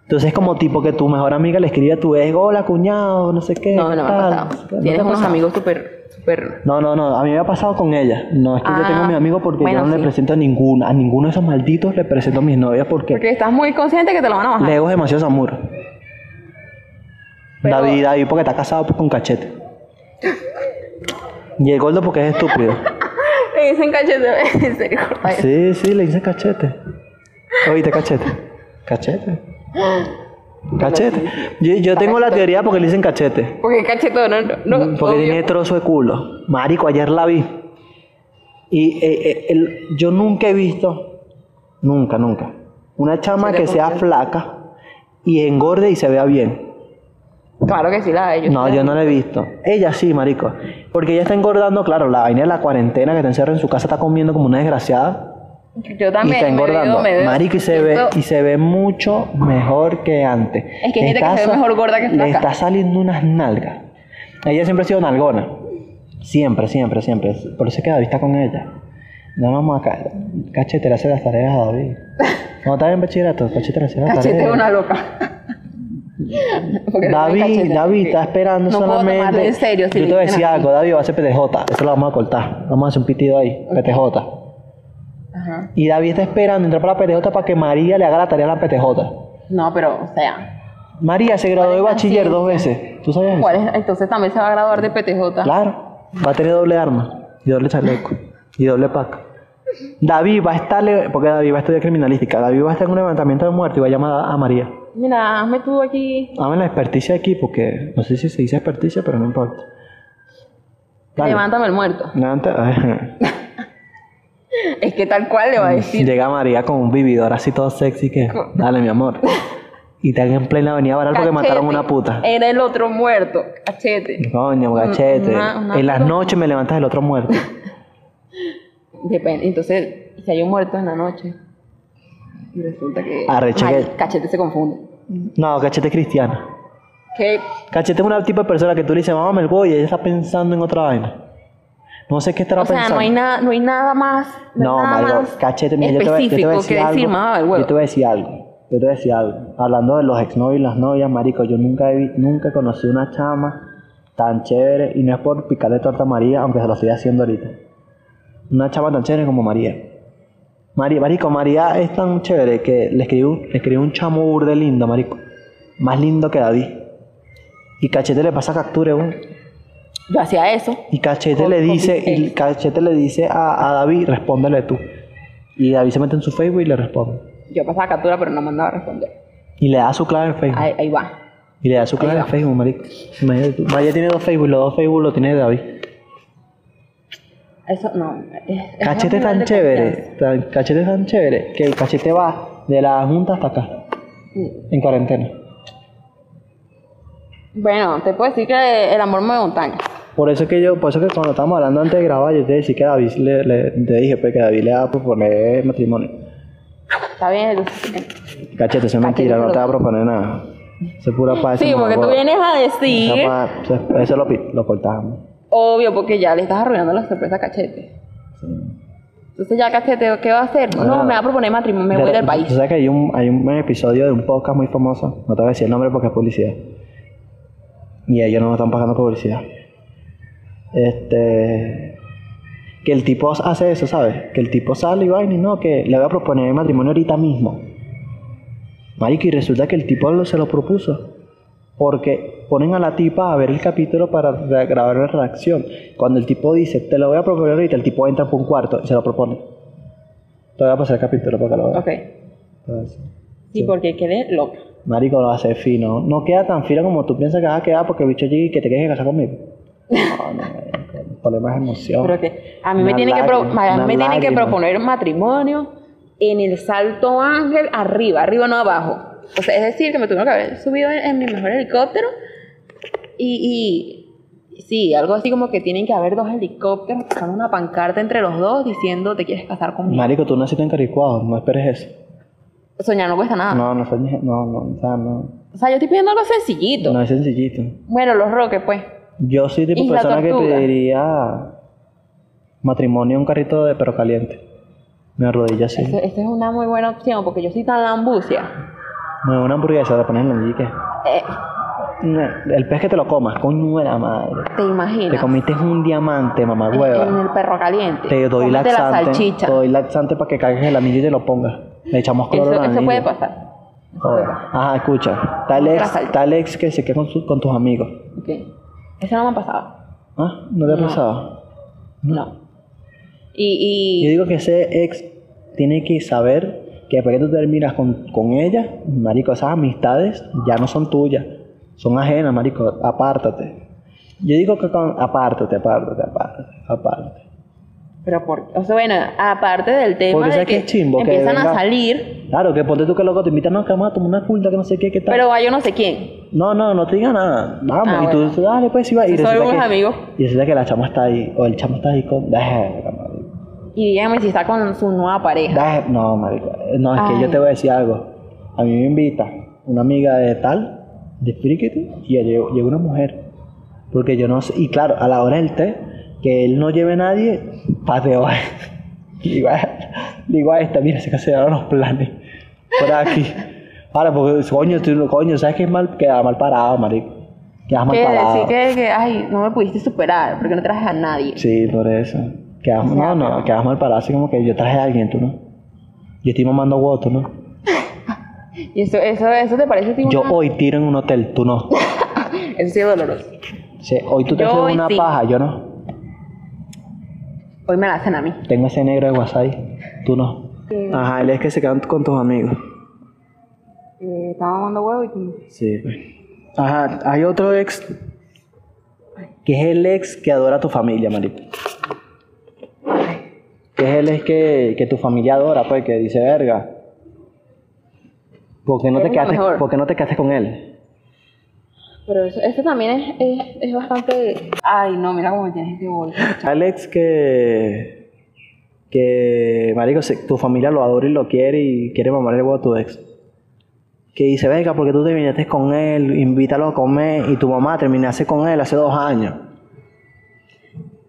Entonces es como tipo que tu mejor amiga le escribe a tu ex, hola cuñado, no sé qué. No, no me tal, ha no sé qué. pasado. ¿No te Tienes ha unos pasado? amigos súper. súper. No, no, no, a mí me ha pasado con ella. No es que yo Ah, tengo a mis amigos porque bueno, yo no le sí. presento a ninguno, a ninguno de esos malditos le presento a mis novias porque, Porque estás muy consciente que te lo van a bajar. Leo es demasiado samuro. Pero- David, David porque está casado pues, con cachete. Y el gordo porque es estúpido. Le dicen cachete, en serio. corta eso. sí, sí, le dice cachete. Oíste, cachete. Cachete. Pues Cachete. Yo, yo tengo la teoría porque le dicen cachete. Porque cachetón, no, no, no, Porque obvio. tiene trozo de culo. Marico, ayer la vi. Y eh, eh, el- yo nunca he visto, nunca, nunca, una chama que sea flaca y engorde y se vea bien. Claro que sí, la de ellos. No, yo no la he visto. Ella sí, marico. Porque ella está engordando, claro, la vaina de la cuarentena que te encerra en su casa, está comiendo como una desgraciada. Yo Y está también. me veo- engordando. me veo- Marico, y se, ve, siento- y se ve mucho mejor que antes. Es que hay Le gente que está se ve sa- mejor gorda que Le flaca. está saliendo unas nalgas. Ella siempre ha sido nalgona. Siempre, siempre, siempre. Por eso es que David está con ella. No vamos a ca- cachetera hacer las tareas a David. No, está en bachillerato, cachetera hacer las Cachete es tareas. una loca. Porque le David, ponen cachete, David porque está esperando no puedo solamente. tomarlo en serio si Yo le te voy a dicen decir así. algo, David va a ser PTJ. Eso lo vamos a cortar. Vamos a hacer un pitido ahí, PTJ. Ajá. Y David está esperando entrar para la PTJ para que María le haga la tarea a la PTJ. No, pero, o sea, María se graduó de bachiller dos veces. ¿Tú sabías eso? ¿cuál es? Entonces también se va a graduar de PTJ. Claro, va a tener doble arma y doble chaleco y doble pack. David va a estar, porque David va a estudiar criminalística, David va a estar en un levantamiento de muerte y va a llamar a, a María. Mira, hazme tú aquí. Dame la experticia Ah, aquí porque no sé si se dice experticia, pero no importa. Dale. Levántame el muerto. Levanta- Es que tal cual Mm, le va a decir. Llega María con un vividor así todo sexy que, dale mi amor. Y están en plena avenida Baral porque mataron a Cachete. una puta. Era el otro muerto. Cachete. Coño, gachete. una- una en las noches me levantas el otro muerto. Depende. Entonces, si hay un muerto en la noche. Y resulta que. Arrecha Ay, que- Cachete se confunde. No, cachete es cristiana. Que Cachete es una tipo de persona que tú le dices, mamá, me voy, y ella está pensando en otra vaina. No sé qué estará O sea, pensando. no hay nada, no hay nada más. No, hay nada marico, más cachete, mira, yo te, voy, yo específico te voy a decir que algo. decir, mamá, el yo huevo. te voy a decir algo. Yo te voy a decir algo. Hablando de los exnovios y las novias, marico, yo nunca he vi- nunca conocí una chama tan chévere y no es por picarle torta a María, aunque se lo estoy haciendo ahorita. Una chama tan chévere como María. María, marico, María es tan chévere que le escribió, un- le escribió un chamo burde lindo, marico. Más lindo que David. Y cachete le pasa captura, weón. Yo hacía eso. Y Cachete Con- le con dice, mis y ex. Cachete le dice a, a David, respóndele tú. Y David se mete en su Facebook y le responde. Yo pasaba captura, pero no mandaba a responder. Y le da su clave en Facebook. Ahí, ahí va. Y le da su clave en Facebook, marico. Imagínate tú. María tiene dos Facebook, los dos Facebook los tiene David. Eso no. es- es Cachete un tan nivel de chévere, confianza. tan, cachete tan chévere, que el cachete va de la junta hasta acá, Mm. en cuarentena. Bueno, te puedo decir que el amor mueve montaña. Por eso que yo, por eso que cuando estábamos hablando antes de grabar, yo te decía que a David le, le- te dije pues, que David le va a proponer matrimonio. Está bien. Cachete, eso es mentira, no te va a proponer nada. Eso es pura paz. Sí, porque tú vienes a Esa decir. pa- se- Eso lo, pi- lo cortamos. Obvio, porque ya le estás arruinando la sorpresa a Cachete. Entonces ya Cachete, ¿qué va a hacer? No, Ah. me va a proponer matrimonio, me voy del Tú país. sabes que hay un, hay un episodio de un podcast muy famoso. No te voy a decir el nombre porque es publicidad. Y ellos no nos están pagando publicidad. Este. Que el tipo hace eso, ¿sabes? Que el tipo sale y vaina y no, que le voy a proponer matrimonio ahorita mismo. Marico, y resulta que el tipo lo- se lo propuso. Porque ponen a la tipa a ver el capítulo para re- grabar una reacción. Cuando el tipo dice, te lo voy a proponer ahorita, el tipo entra por un cuarto y se lo propone. Te voy a pasar el capítulo para que lo veas. Ok. Entonces, Sí, porque quedé loca. Marico, lo hace fino. No queda tan fino como tú piensas que va a quedar porque el bicho llega y que te quieres casar conmigo. No, no, marico, el problema es emoción. Pero que a mí me Una tienen que, pro- lágrima, a mí una me tienen que lágrima. proponer matrimonio en el Salto Ángel, arriba, arriba no abajo. O sea, es decir, que me tuvieron que haber subido en, en mi mejor helicóptero y, y sí, algo así como que tienen que haber dos helicópteros con una pancarta entre los dos diciendo te quieres casar conmigo. Marico, tú naciste encaricuado, no esperes eso. Soñar no cuesta nada. No, no, sueñes- no, no, o sea, no, O sea, yo estoy pidiendo algo sencillito. no es sencillito. Bueno, los roques, pues. Yo soy tipo de Isla persona que Tortuga. pediría matrimonio en un carrito de perro caliente. Me arrodilla así. Esa esa es una muy buena opción porque yo soy tan lambucia. Me una hamburguesa, le pones en la yique. Eh, El pez que te lo comas, coño de la madre. ¿Te imaginas? Te comiste un diamante, mamá En- hueva. En el perro caliente. Te doy Cómete la laxante. salchicha. Te doy laxante para que cagues el anillo y te lo pongas. Le echamos cloro Eso, al eso anillo. puede pasar. Joder. Ajá, escucha. Tal Otra ex, salsa. tal ex que se quede con, su- con tus amigos. Ok. Eso no me ha pasado. ¿Ah? ¿No te ha No. pasado? No. Y, Yo y digo que ese ex tiene que saber que después que tú terminas con, con ella, marico, esas amistades ya no son tuyas. Son ajenas, marico. Apártate. Yo digo que con... Apártate, apártate, apártate, apártate. pero por, o sea, bueno, aparte del tema Porque de sabes que que es chimbo, que empiezan venga- a salir, Claro, que ponte tú que loco te invitan, no, que vamos a tomar una culta, que no sé qué, qué tal. pero va yo no sé quién. No, no, no te diga nada. Vamos, Ah, y tú bueno. dices, dale, pues, si va. Y Si son resulta, algunos que, amigos. y resulta que la chama está ahí, o el chamo está ahí con. Verga, marico. Y díganme si está con su nueva pareja. Verga, No, marico. No, es que Ay. yo te voy a decir algo. A mí me invita una amiga de tal, de Frikity, y llegó llegó una mujer. Porque yo no sé. Y claro, a la hora del té, que él no lleve a nadie, pateo. Le digo, a- le digo a esta, mira, se cancelaron los planes. Por aquí. Ahora, porque, coño, tú- coño, ¿sabes qué es mal? Queda mal parado, marico. Quedas mal Quiere parado. decir que, que, ay, no me pudiste superar porque no traje a nadie. Sí, por eso. Quedas, no, no, quedas mal parado, así como que yo traje a alguien, tú no. Yo estoy mamando huevo, tú no. Y eso, eso, eso te parece tipo Yo una- hoy tiro en un hotel, tú no. Eso sí es doloroso. Sí, hoy tú te Yo haces hoy una sí. paja, yo no. Hoy me la hacen a mí. Tengo ese negro de WhatsApp, tú no. Ajá, él es que se quedan con tus amigos. Eh, estaba mamando huevo y tú. Sí. pues. Ajá, hay otro ex que es el ex que adora a tu familia, marico. Que es el ex que, que tu familia adora, pues, que dice, verga. ¿Por qué no, te Eres la quedaste, mejor". por qué no te quedaste con él? Pero eso, eso también es, es, es bastante. Ay, no, mira cómo me tienes este bolso. Al ex que, que, marico, se- tu familia lo adora y lo quiere y quiere mamar el huevo a tu ex. Que dice, venga, porque tú te viniste con él, invítalo a comer y tu mamá terminaste con él hace dos años.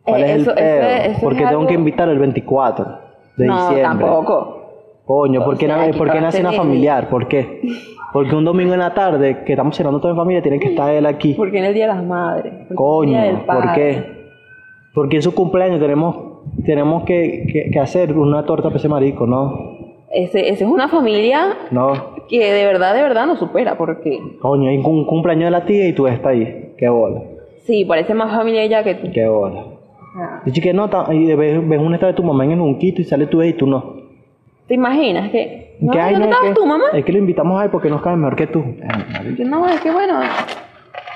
¿Cuál Eh, es el eso- eso pedo? es- eso es porque tengo algo- que invitarlo el 24 de no, diciembre. tampoco. Coño, ¿por O qué, sea, na- aquí ¿por qué todo una hace cena bien. familiar? ¿Por qué? Porque un domingo en la tarde, que estamos cenando toda en familia, tiene que estar él aquí. Porque en el Día de las Madres. ¿Por qué en Coño, el Día del ¿por Padre? qué? Porque en su cumpleaños tenemos, tenemos que, que- que hacer una torta para ese marico, ¿no? Ese, esa es una familia No. que de verdad, de verdad no supera, porque Coño, hay un cumpleaños de la tía y tú estás ahí. Qué bola, sí, parece más familia ella que tú. qué bola. Ah. Dice que no, ta- y ves, ves un estado de tu mamá en el junquito y sale tú y tú no. ¿Te imaginas que? No, Que, ay, ¿dónde no, es estabas que- tú, mamá? Es que lo invitamos ahí porque nos cae mejor que tú. Ay, marico, Yo, No, es que bueno.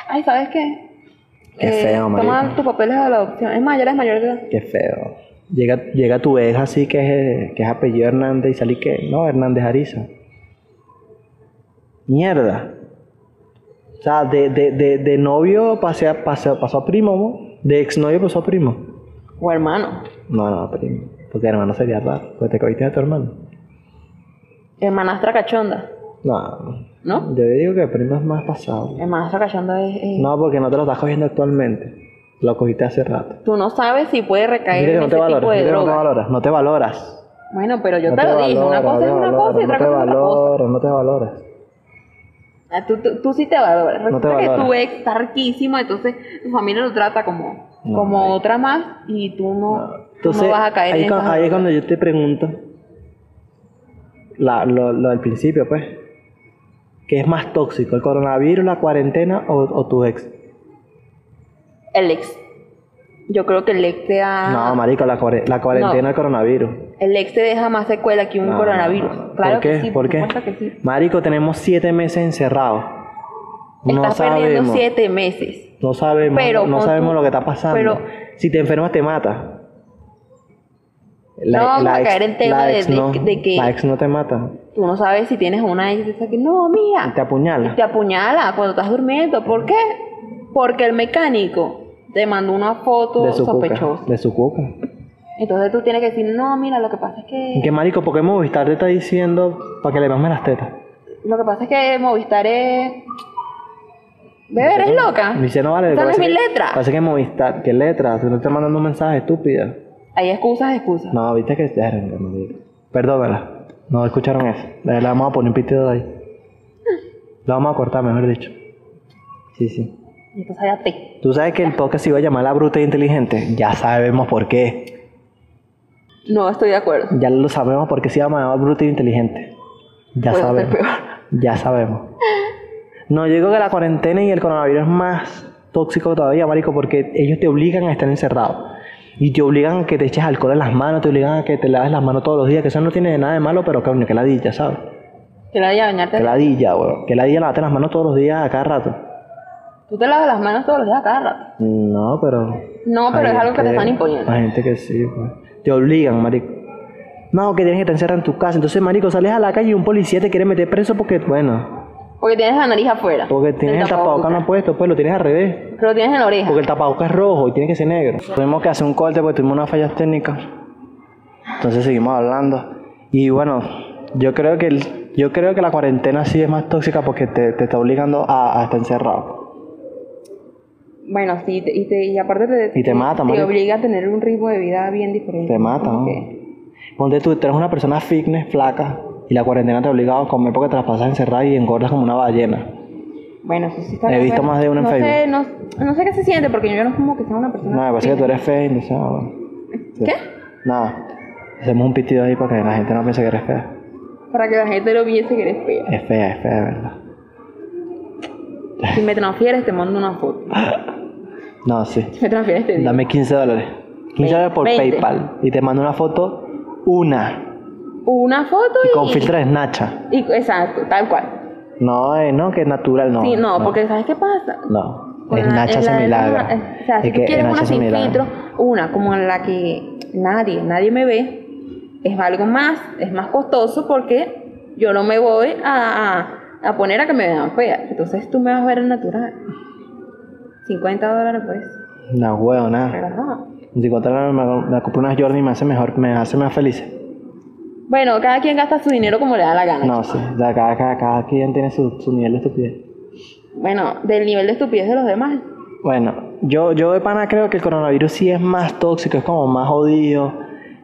Ay, ¿sabes qué? Eh, Qué feo, marico. Toma tus papeles de adopción. Es más, ya eres mayor de edad. Qué feo. Llega, llega tu ex así que es, eh, que es apellido Hernández y salí que no, Hernández Ariza. Mierda. O sea, de, de, de, de novio pasé a- pasé a- pasó a primo, ¿no? De exnovio pasó a primo. O hermano. No, no, primo. Porque hermano sería raro. Porque te cogiste a tu hermano. Hermanastra cachonda. No. ¿No? Yo digo que primo es más pasado. Hermanastra cachonda es. es- No, porque no te lo estás cogiendo actualmente. Lo cogiste hace rato. Tú no sabes si puede recaer Mira que en no te ese tipo valoras. mira de que No te droga. valoras. No te valoras. Bueno, pero yo No te, lo dije. valoras, Una cosa es no te una cosa y valoras, otra cosa es otra cosa. No te valoras, no te valoras. Ah, Tú, tú, tú sí te valoras. No te Resulta que valoras. tu ex está riquísimo, entonces tu familia lo trata como, No, como marico. otra más y tú no, tú Entonces, no vas a caer ahí, en cu- esas ahí es drogas. cuando yo te pregunto la- lo, lo del principio, pues. ¿Qué es más tóxico, el coronavirus, la cuarentena o, o tu ex? El ex. Yo creo que el ex te ha... No, marico, la, cuare- la cuarentena, Ah. No. el coronavirus. El ex te deja más secuela que un No, coronavirus. no, no. Claro ¿Por qué? que sí, ¿Por qué? supuesto que sí. Marico, tenemos siete meses encerrados. No Estás perdiendo sabemos. siete meses. No sabemos, Pero no con sabemos tu- lo que está pasando. pero- si te enfermas, te mata. No vamos a caer en tema la de- ex de- no, de que- La ex no te mata, Tú no sabes si tienes una ex de esas que no, mira, te apuñala. Ah, te apuñala cuando estás durmiendo. ¿Por qué? Porque el mecánico te mandó una foto de su sospechosa. cuca. De su cuca. Entonces tú tienes que decir, no, mira, lo que pasa es que... ¿Qué marico? ¿Por qué Movistar te está diciendo para que le mames las tetas? Lo que pasa es que Movistar es. Bebé, eres loca. Me dice, no vale. Esa no es parece mi que- letra. Parece que Movistar, ¿qué letra? Tú no estás mandando un mensaje estúpida. Hay excusas, excusas. No, viste que. Verga, marico. Perdónala. No escucharon eso. Le le vamos a poner un pitido ahí. Lo vamos a cortar, mejor dicho. Sí, sí. Y entonces allá te. Tú sabes que el podcast se iba a llamar La Bruta e Inteligente. Ya sabemos por qué. No estoy de acuerdo. Ya lo sabemos por qué se llama La Bruta e Inteligente. Ya Puede ser sabemos. peor. Ya sabemos. No, yo digo que la cuarentena y el coronavirus es más tóxico todavía, marico, porque ellos te obligan a estar encerrado. Y te obligan a que te eches alcohol en las manos, te obligan a que te laves las manos todos los días, que eso no tiene nada de malo, pero coño, que ladilla, ¿sabes? Que la vaya a bañarte. Que ladilla, weón. Que ladilla lavate las manos todos los días a cada rato. Tú te lavas las manos todos los días a cada rato. No, pero. No, Ah, pero hay es algo que te gente- están imponiendo. Hay gente que sí, pues. Te obligan, marico. No, que tienes que te encerrar en tu casa. Entonces, marico, sales a la calle y un policía te quiere meter preso porque, bueno, Porque tienes la nariz afuera. porque tienes el tapabocas no puesto, pues lo tienes al revés. Pero lo tienes en la oreja. Porque el tapabocas es rojo y tiene que ser negro. Tuvimos que hacer un corte porque tuvimos unas fallas técnicas. Entonces seguimos hablando. Y bueno, yo creo que el- yo creo que la cuarentena sí es más tóxica porque te, te está obligando a, a estar encerrado. Bueno, sí, te- y, te, y aparte te, Y te mata, te marico. obliga a tener un ritmo de vida bien diferente. Te mata, ¿no? Ponte tú, tú eres una persona fitness, flaca, y la cuarentena te obliga a comer porque te la pasas encerrada y engordas como una ballena. Bueno, eso sí está He bien, visto bueno. más de uno en no Sé, no, no sé qué se siente porque yo no es como que sea una persona. No, me parece que tú eres fea y no sé, no. ¿Qué? Nada. Hacemos un pitido ahí para que la gente no piense que eres fea. Para que la gente lo viese que eres fea. Es fea, es fea, de verdad. Si me transfieres, te mando una foto. No, sí. Si me transfieres, te digo. Dame 15 dólares. 15 dólares por 20. PayPal. Y te mando una foto, una. Una foto y. Y con filtro de Snapchat. y- exacto, tal cual. No, eh, no, que es natural, no. sí, no, porque ¿sabes qué pasa? No. Con la- Snapchat en se la de- milagra. eh, O sea, si Es tú quieres Snapchat una se sin milagra. filtro, una como en la que nadie, nadie me ve, es algo más, es más costoso porque yo no me voy a, a- a poner a que me vean fea. Entonces tú me vas a ver el natural. 50 dólares por eso. No, huevo, nada. relajado. 54 dólares me, me compré unas Jordan y me hace mejor, me hace más feliz. Bueno, cada quien gasta su dinero como le da la gana. No, sí, o sea, cada, cada, cada quien tiene su, su nivel de estupidez. Bueno, del nivel de estupidez de los demás. Bueno, yo, yo de pana creo que el coronavirus sí es más tóxico, es como más jodido.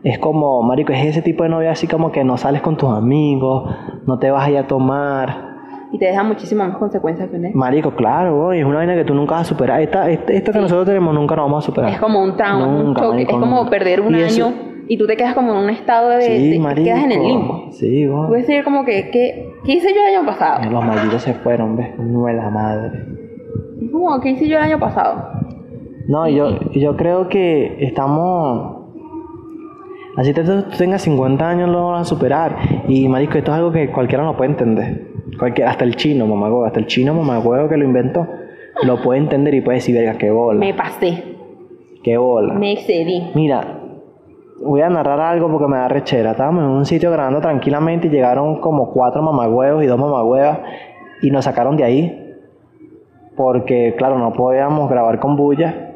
Es como, marico, es ese tipo de novia así como que no sales con tus amigos, no te vas a ir a tomar. Y te deja muchísimas más consecuencias que un ex. Marico, claro, boy, es una vaina que tú nunca vas a superar. Esta, esta, esta que nosotros tenemos nunca la vamos a superar. Es como un trauma, un Nunca, choque. marico, es como nunca. perder un Y año eso- y tú te quedas como en un estado de. Sí, de- marico. quedas en el limbo. Pues- Sí, Tú boy. decir como que, ¿qué, ¿qué hice yo el año pasado? Los malditos se fueron, ves, no es la madre. Es como, ¿qué hice yo el año pasado? No, y yo, y yo creo que estamos. Así te, tú tengas 50 años, lo vas a superar. Y, marico, esto es algo que cualquiera no puede entender. Cualquiera, hasta el chino, mamagüevo. Hasta el chino, mamagüevo, que lo inventó, lo puede entender y puede decir, verga, qué bola. Me pasé, Qué bola. me excedí. Mira, voy a narrar algo porque me da rechera. Estábamos en un sitio grabando tranquilamente y llegaron como cuatro mamagüeos y dos mamagüevas y nos sacaron de ahí. Porque, claro, no podíamos grabar con bulla.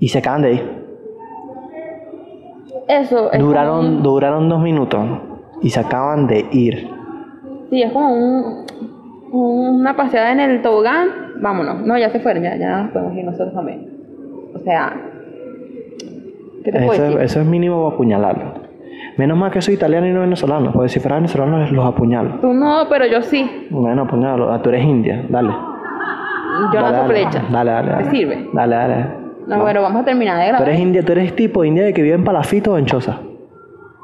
Y se acaban de ahí. Eso es. Duraron, como un- duraron dos minutos y se acaban de ir. sí, es como un- una paseada en el tobogán. Vámonos. No, ya se fueron, ya, ya nos podemos ir nosotros también. O sea. ¿Qué te Eso, puedo es- decir? eso es mínimo para apuñalarlo. Menos mal que soy italiano y no venezolano, porque si fuera venezolano los apuñalo. Tú no, pero yo sí. Bueno, apuñalo. Ah, tú eres india, dale. Yo Dale, lanzo dale, flecha. Dale, dale. dale. ¿Te sirve? Dale, dale. No, bueno, vamos a terminar de Tú grabar. eres india, tú eres tipo india de que vive en Palafito o en Choza.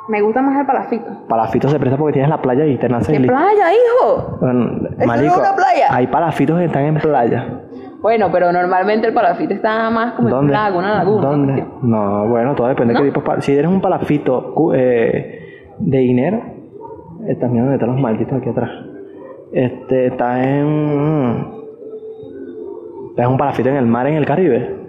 Me gusta más el palafito. Palafito se presta porque tienes la playa y te nace ¿Qué el playa, hijo? Bueno, es marico, una playa. Hay palafitos que están en playa. Bueno, pero normalmente el palafito está más como en un ¿Dónde? lago, una laguna. una ¿Dónde? cuestión. No, bueno, todo depende de qué tipo de pal- Si eres un palafito cu- eh, de dinero, eh, también donde están los malditos aquí atrás. Este, estás en. Estás en un palafito en el mar, en el Caribe.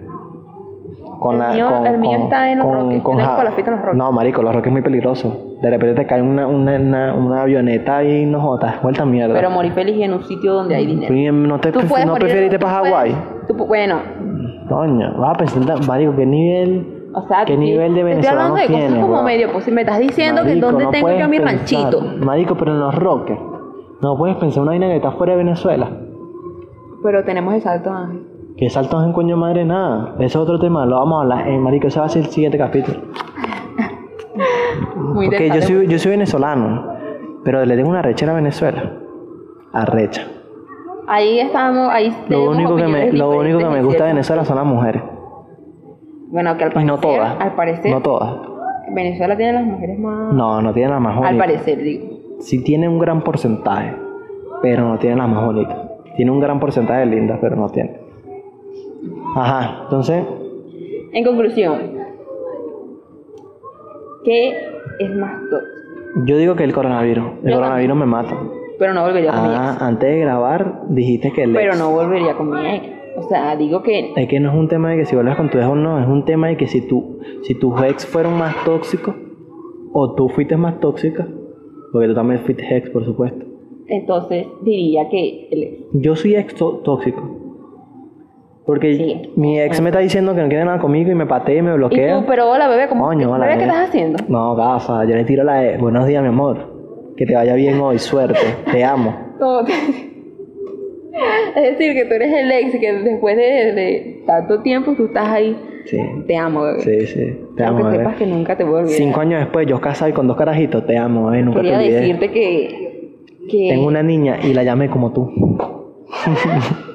Con El mío- el mío está en Los Roques, yo tengo ja- palafito en Los Roques. No, marico, los roques es muy peligroso. De repente te cae una, una, una, una avioneta y no jodas, vuelta mierda. Pero morí feliz en un sitio donde hay dinero. Bien, no te Tú pref- puedes no morir- prefieres irte tú para puedes- Hawái. tú pu- Bueno, Coño, vas a pensar, tan- marico, qué nivel. o sea, ¿Qué tú- nivel de te estoy venezolano hablando de cosas tienes, como weón? medio, pues si me estás diciendo que Marico, dónde no tengo puedes yo mi pensar- ranchito. Marico, pero en los roques. No puedes pensar una vaina que está fuera de Venezuela. Pero tenemos el salto ángel. Que saltos en coño madre nada. Ese es otro tema, lo vamos a hablar. Eh, marico, ese va a ser el siguiente capítulo. Muy Porque yo interesante. soy, yo soy venezolano, pero le tengo una rechera a Venezuela. Arrecha. Ahí estamos, ahí Lo tenemos único que me, opiniones lo único que diferentes, me es gusta de cierto. Venezuela son las mujeres. Bueno, que al Y parecer, no todas. al parecer, No todas. Venezuela tiene las mujeres más... No, no tienen las más al bonitas. parecer, digo. Sí tiene un gran porcentaje, pero no tiene las más bonitas. Tiene un gran porcentaje de lindas, pero no tiene. Ajá, entonces, En conclusión, ¿qué es más tóxico? yo digo que el coronavirus. El Yo coronaviros me mata. Pero no volvería con mi Ah, ex. antes de grabar dijiste que el Pero ex. no volvería con mi ex. O sea, digo que Es que no es un tema de que si vuelves con tu ex o no, es un tema de que si, tú, si tus ex fueron más tóxicos o tú fuiste más tóxica, porque tú también fuiste ex, por supuesto. entonces diría que el ex. Yo soy ex tó- tóxico. Porque Sí. mi ex me está diciendo que no quiere nada conmigo y me patea y me Y bloquea. tú, pero hola bebé, ¿cómo Coño, hola, bebé, ¿qué bebé. estás haciendo? No, gafa, yo le tiro la E. Buenos días, mi amor. Que te vaya bien hoy, suerte. Te amo. Todo- es decir, que tú eres el ex y que después de, de tanto tiempo tú estás ahí. Sí, Te amo, bebé. sí, sí. Te Aunque amo, sepas bebé. que nunca te voy a olvidar. Cinco años después, yo casado y con dos carajitos, te amo, bebé. Nunca Quería te olvidé. decirte que, que Tengo una niña y la llamé como tú.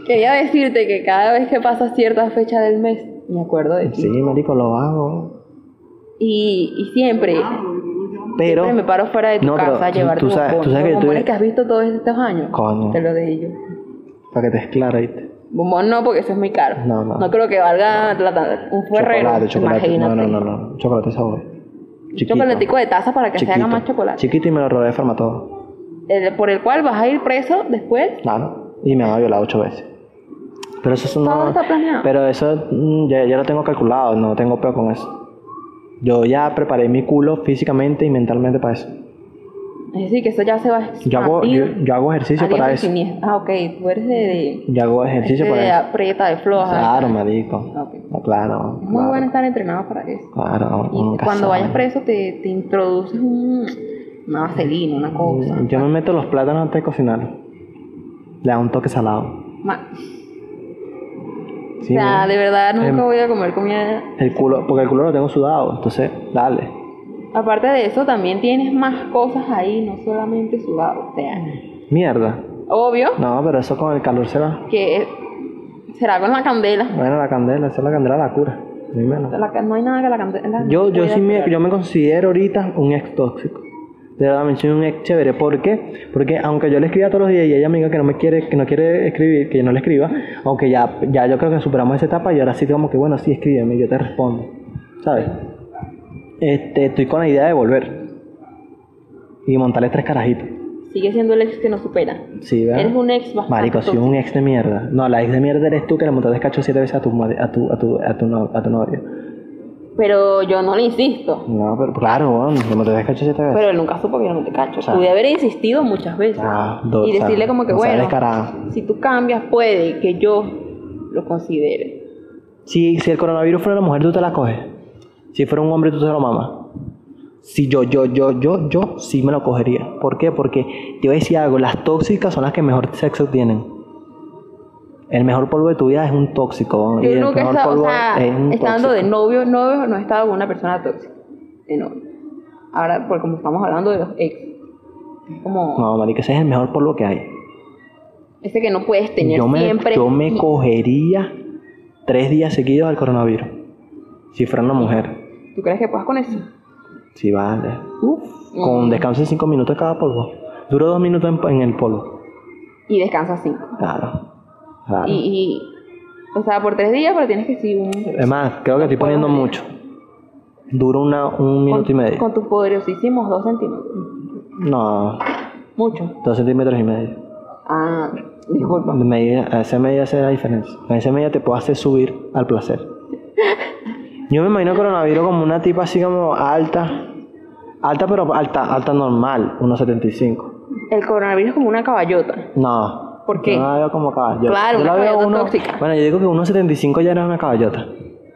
quería decirte que cada vez que pasa cierta fecha del mes, me acuerdo de ti. Sí, marico, lo hago. Y, y siempre, Pero, siempre me paro fuera de tu no, pero casa a tú- llevarte tú un sabes- tú bombón. sabes que Los yo bombones tuve- que has visto todos estos años. Coño. Te lo dejé yo. para que te esclares. Bombón no, porque eso es muy caro. No, no. creo que valga la ta- un ferrero. Chocolate, chocolate. No, Imagínate. no, no, no. Chocolate sabor. Chiquito. Chocolatico de taza para que se Chiquito. haga más chocolate. Chiquito y me lo robé de Farmatodo. El- por el cual vas a ir preso después. Claro. Y me ha violado ocho veces. Pero eso es una... Todo está planeado. Pero eso mm, ya, ya lo tengo calculado, no tengo peo con eso. Yo ya preparé mi culo físicamente y mentalmente para eso. Es decir, que eso ya se va a Yo hago, yo, expandir yo hago ejercicio a diestra para y eso. siniestra. Ah, ok, tú eres de, de, Yo hago ejercicio de, para eso. aprieta de floja. Claro, marico. Ok. Es Ah, Claro. ah, muy claro, bueno estar entrenado para eso. Claro. Y uno nunca cuando sabe. vayas preso te, te introduces un, una vaselina, una cosa. Mm, Yo me meto los plátanos antes de cocinar. Le da un toque salado. Ma- Sí, o sea, mira. Ah, de verdad nunca Em. voy a comer comida. El culo, porque el culo lo tengo sudado, entonces, dale. Aparte de eso, también tienes más cosas ahí, no solamente sudado. O sea, Mierda. obvio No, pero eso con el calor se va. que será con la candela. Bueno, la candela, esa es la candela la cura. Dímelo. La ca- no hay nada que la candela. Yo, yo pueda sí me, curar. yo me considero ahorita un ex tóxico. De verdad, me soy un ex chévere. ¿Por qué? Porque aunque yo le escriba todos los días y ella me diga que no me quiere, que no quiere escribir, que yo no le escriba, aunque ya, ya yo creo que superamos esa etapa y ahora sí como que bueno, sí escríbeme, yo te respondo. ¿Sabes? Este, estoy con la idea de volver. Y montarle tres carajitos. Sigue siendo el ex que nos supera. Sí, ¿verdad? Eres un ex bastante. Marico, soy tóxico. un ex de mierda. No, la ex de mierda eres tú que le montaste cacho siete veces a tu, madre- a tu, a tu, a tu, no- a tu novio. Pero yo no le insisto. No, pero claro, bueno, le montaste cacho siete veces. Pero él nunca supo que yo no te cacho. Pues. sea, Pude haber insistido muchas veces. Ah, do- y o sea, decirle como que, o sea, bueno, descarado. si tú cambias, puede que yo lo considere. Si, si el coronavirus fuera una mujer, tú te la coges. Si fuera un hombre, tú te lo mamas. Si yo, yo, yo, yo, yo, sí me lo cogería. ¿Por qué? Porque yo decía algo, las tóxicas son las que mejor sexo tienen. El mejor polvo de tu vida es un tóxico. ¿no? Yo y el nunca he mejor estado, o polvo sea, es un estando tóxico. de novio, novio, no he estado con una persona tóxica. De novio. Ahora, por como estamos hablando de los ex, es como No, marica, ese es el mejor polvo que hay. ese que no puedes tener yo me, siempre. Yo me Y- cogería tres días seguidos al coronavirus. Si fuera una mujer. ¿Tú crees que puedas con eso? Sí, vale. Con descanso de cinco minutos cada polvo. Duro dos minutos en, en el polvo. Y descansas cinco. Claro. claro. Y, y- o sea, por tres días, pero tienes que seguir un... es más, creo que estoy poniendo mucho. Duro una, un minuto y con, medio. con tus poderosísimos dos centímetros. No, Mucho. dos centímetros y medio. Ah, disculpa. Medida- a esa medida hace la diferencia. A esa medida te puedo hacer subir al placer. Yo me imagino el coronavirus como una tipa así como alta. Alta, pero alta, alta normal, 1,75. El coronavirus es como una caballota. No. ¿Por qué? Yo no la veo como caballota. Claro, yo una la veo caballota uno- tóxica. Bueno, yo digo que 1,75 ya no es una caballota.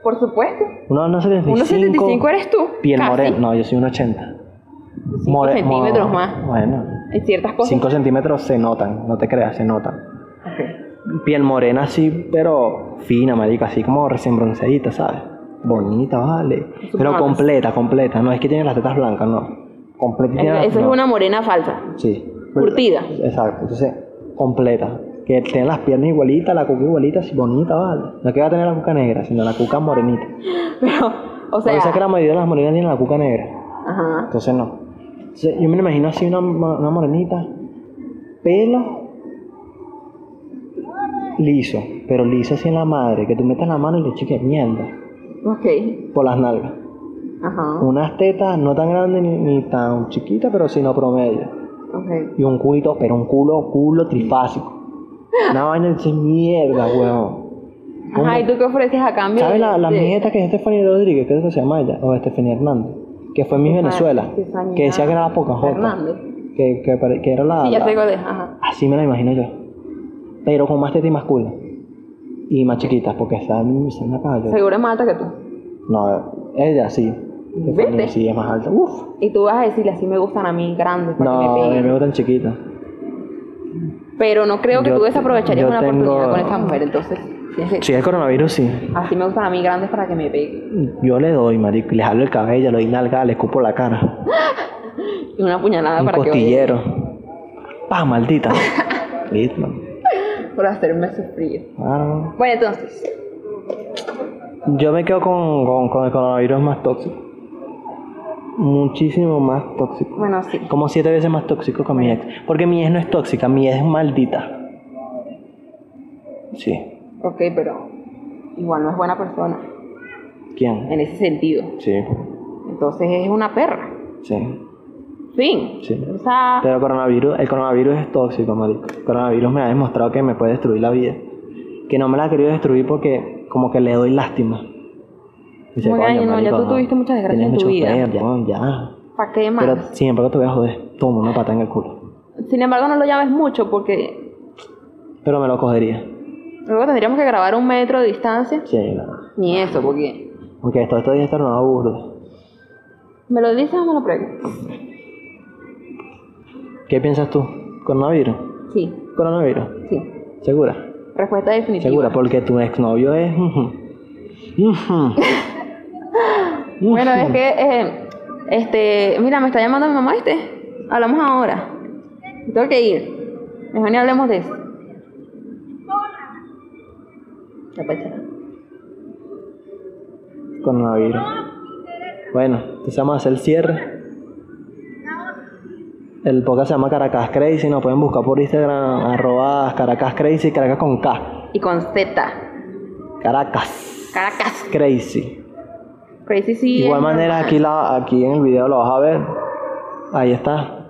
Por supuesto. 1,75. 1,75 eres tú. Piel casi. morena. No, yo soy 1,80. Cinco More- mo- centímetros más. Bueno, En ciertas cosas. 5 centímetros se notan, no te creas, se notan. Ok. Piel morena así, pero fina, marica, así como recién bronceadita, ¿sabes? Bonita, vale. Eso Pero mamas. completa, completa. No es que tiene las tetas blancas, no. Completa. y tiene las- Eso es no. una morena falsa. Sí. Curtida. Exacto, entonces, completa. Que tiene las piernas igualitas, la cuca igualita, así bonita, vale. No es que va a tener la cuca negra, sino la cuca morenita. Pero, o O sea, sea... que la mayoría de las morenas tienen la cuca negra. Ajá. Entonces no. Entonces, yo me lo imagino así una, mo- una morenita, pelo liso, pero liso así en la madre, que tú metas la mano y le chiques mierda Ok. por las nalgas. Ajá. Unas tetas no tan grandes ni, ni tan chiquitas, pero sino promedio. Ok. Y un culito, pero un culo, culo trifásico. Una vaina de decir, mierda, huevón. Ajá, ¿y tú qué ofreces a cambio ¿Sabes de- la, la de- mijeta que es Stephanie Rodríguez? Creo que se llama ella, o Stephanie Hernández, que fue Miss Estefa- Venezuela, Estefanía que decía que era la Pocahontas, Hernández. que, que, pare- que era la, Sí, ya la- sé cuál es. Ajá. Así me la imagino yo, pero con más teta y más culo, y más chiquitas, porque está en una calle. Seguro es más alta que tú. No, ella sí, Stephanie ¿Viste? sí es más alta, uff, Y tú vas a decirle, así me gustan a mí, grandes, para que me no, a mí peguen. me gustan chiquitas. Pero no creo que Yo tú te- desaprovecharías yo una tengo- oportunidad con esta mujer, entonces. tienes que- Si es coronavirus, sí. Así me gustan a mí grandes para que me peguen. Yo le doy, marico, y le jalo el cabello, le doy nalga, le escupo la cara. Y una puñalada Un Ah, para costillero. Pa, maldita. Listo. que vaya. Por hacerme sufrir. Claro. Bueno, entonces. Yo me quedo con, con, con el coronavirus más tóxico. Muchísimo más tóxico. Bueno, sí. Como siete veces más tóxico que mi ex. Porque mi ex no es tóxica, mi ex es maldita. Sí. Ok, pero. Igual no es buena persona. ¿Quién? En ese sentido. Sí. Entonces es una perra. Sí. Fin. Sí. O sea. Pero coronavirus, el coronavirus es tóxico, marico. El coronavirus me ha demostrado que me puede destruir la vida. Que no me la ha querido destruir porque como que le doy lástima. Como que, "Ay, no, ya tú tuviste muchas desgracias tienes en tu mucho vida". peor, ya, ya. ¿Para qué más? Pero sin embargo te voy a joder. Toma una pata en el culo. Sin embargo, no lo llames mucho porque Pero me lo cogería. luego tendríamos que grabar un metro de distancia. Sí, nada. Ni eso, porque Aunque esto, esto debe estar una burda. ¿Me lo dices o me lo preguntas? ¿Qué piensas tú? ¿Coronavirus? Sí, ¿Coronavirus? sí. ¿Segura? Respuesta definitiva. Segura, porque tu exnovio es... ujú. Bueno, es que, eh, este, mira, me está llamando mi mamá, ¿viste? Hablamos ahora. Tengo que ir. Mejor ni hablemos de eso. Ya, pues, chao. Coronavirus. Bueno, entonces vamos a hacer el cierre. El podcast se llama Caracas Crazy, nos pueden buscar por Instagram, arroba Caracas Crazy, Caracas con K. Y con Z. Caracas Caracas. Crazy. Crazy sí. De igual es manera, normal. aquí, la, aquí en el video lo vas a ver. Ahí está.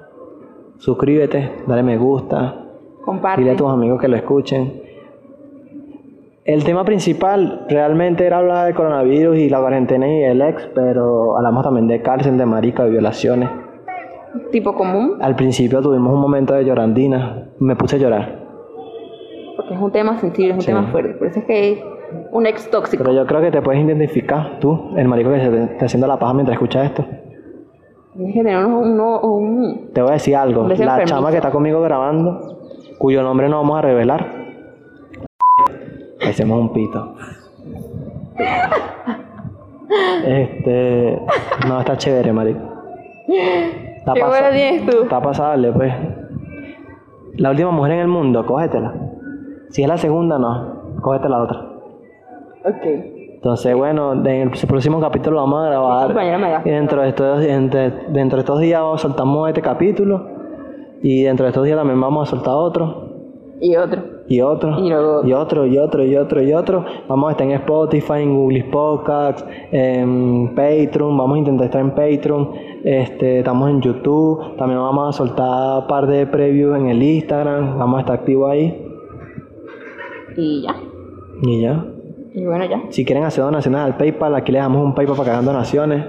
Suscríbete, dale me gusta, Comparte. dile a tus amigos que lo escuchen. El tema principal realmente era hablar de coronavirus y la cuarentena y el ex, pero hablamos también de cárcel, de marica, de violaciones. Tipo común, Al principio tuvimos un momento de llorandina, me puse a llorar. porque es un tema sensible, es un Sí. tema fuerte. Por eso es que es un ex tóxico. Pero yo creo que te puedes identificar, tú, el marico que se te está haciendo la paja mientras escuchas esto. Tienes que tener un, uno- un- Te voy a decir algo. Desde el La permiso. chama que está conmigo grabando, cuyo nombre no vamos a revelar. Hacemos un pito. Este. No, está chévere, marico. Está Qué pasa- buena tienes tú. Está pasable, pues. La última mujer en el mundo, cógetela. Si es la segunda, no. Cógete la otra. Ok. Entonces, bueno, en el próximo capítulo lo vamos a Compañero, me grabar. das. Y dentro de estos, entre- dentro de estos días soltamos este capítulo. Y dentro de estos días también vamos a soltar otro. Y otro. Y otro. Y luego- otro, y otro, y otro, y otro. Vamos a estar en Spotify, en Google Podcasts, en Patreon. Vamos a intentar estar en Patreon. Este, estamos en YouTube. También vamos a soltar un par de previews en el Instagram. Vamos a estar activos ahí. Y ya. Y ya. Y bueno, ya. Si quieren hacer donaciones al PayPal, aquí les damos un PayPal para que hagan donaciones.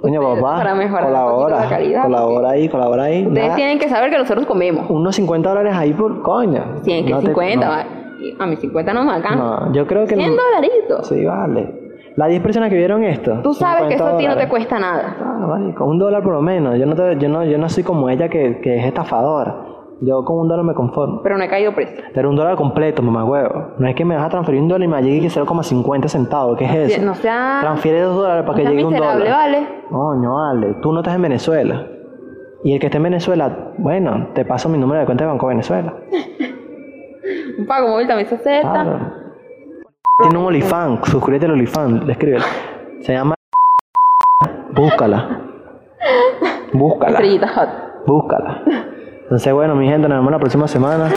Coño, Ustedes, papá, para mejorar un colabora, poquito la calidad, colabora ahí, colabora ahí. Ustedes Nada, tienen que saber que nosotros comemos. Unos 50 dólares ahí por coño. 100, que No te- 50, no, va. Y A mis 50 no me alcanza. No, yo creo que... 100 dolaritos. Sí, vale. Las 10 personas que vieron esto. Tú sabes que 50 eso a ti no te dólares. cuesta nada. Ah, marico, un dólar por lo menos. Yo no, te- yo no, yo no soy como ella que, que es estafadora. Yo con un dólar me conformo. Pero no he caído presa. Pero un dólar completo, mamá huevo. No es que me vas a transferir un dólar y me llegue 0,50 centavos. ¿Qué es eso? No sea, Transfiere dos dólares para no que sea llegue un miserable, dólar. ¿vale? Coño, vale, tú no estás en Venezuela. Y el que esté en Venezuela, bueno, te paso mi número de cuenta de Banco Venezuela. Un pago móvil también se acepta. Claro. Tiene un olifán, suscríbete al olifán, escríbelo. Se llama. Búscala. Búscala. Estrellita hot. Búscala. Entonces, bueno, mi gente, nos vemos la próxima semana.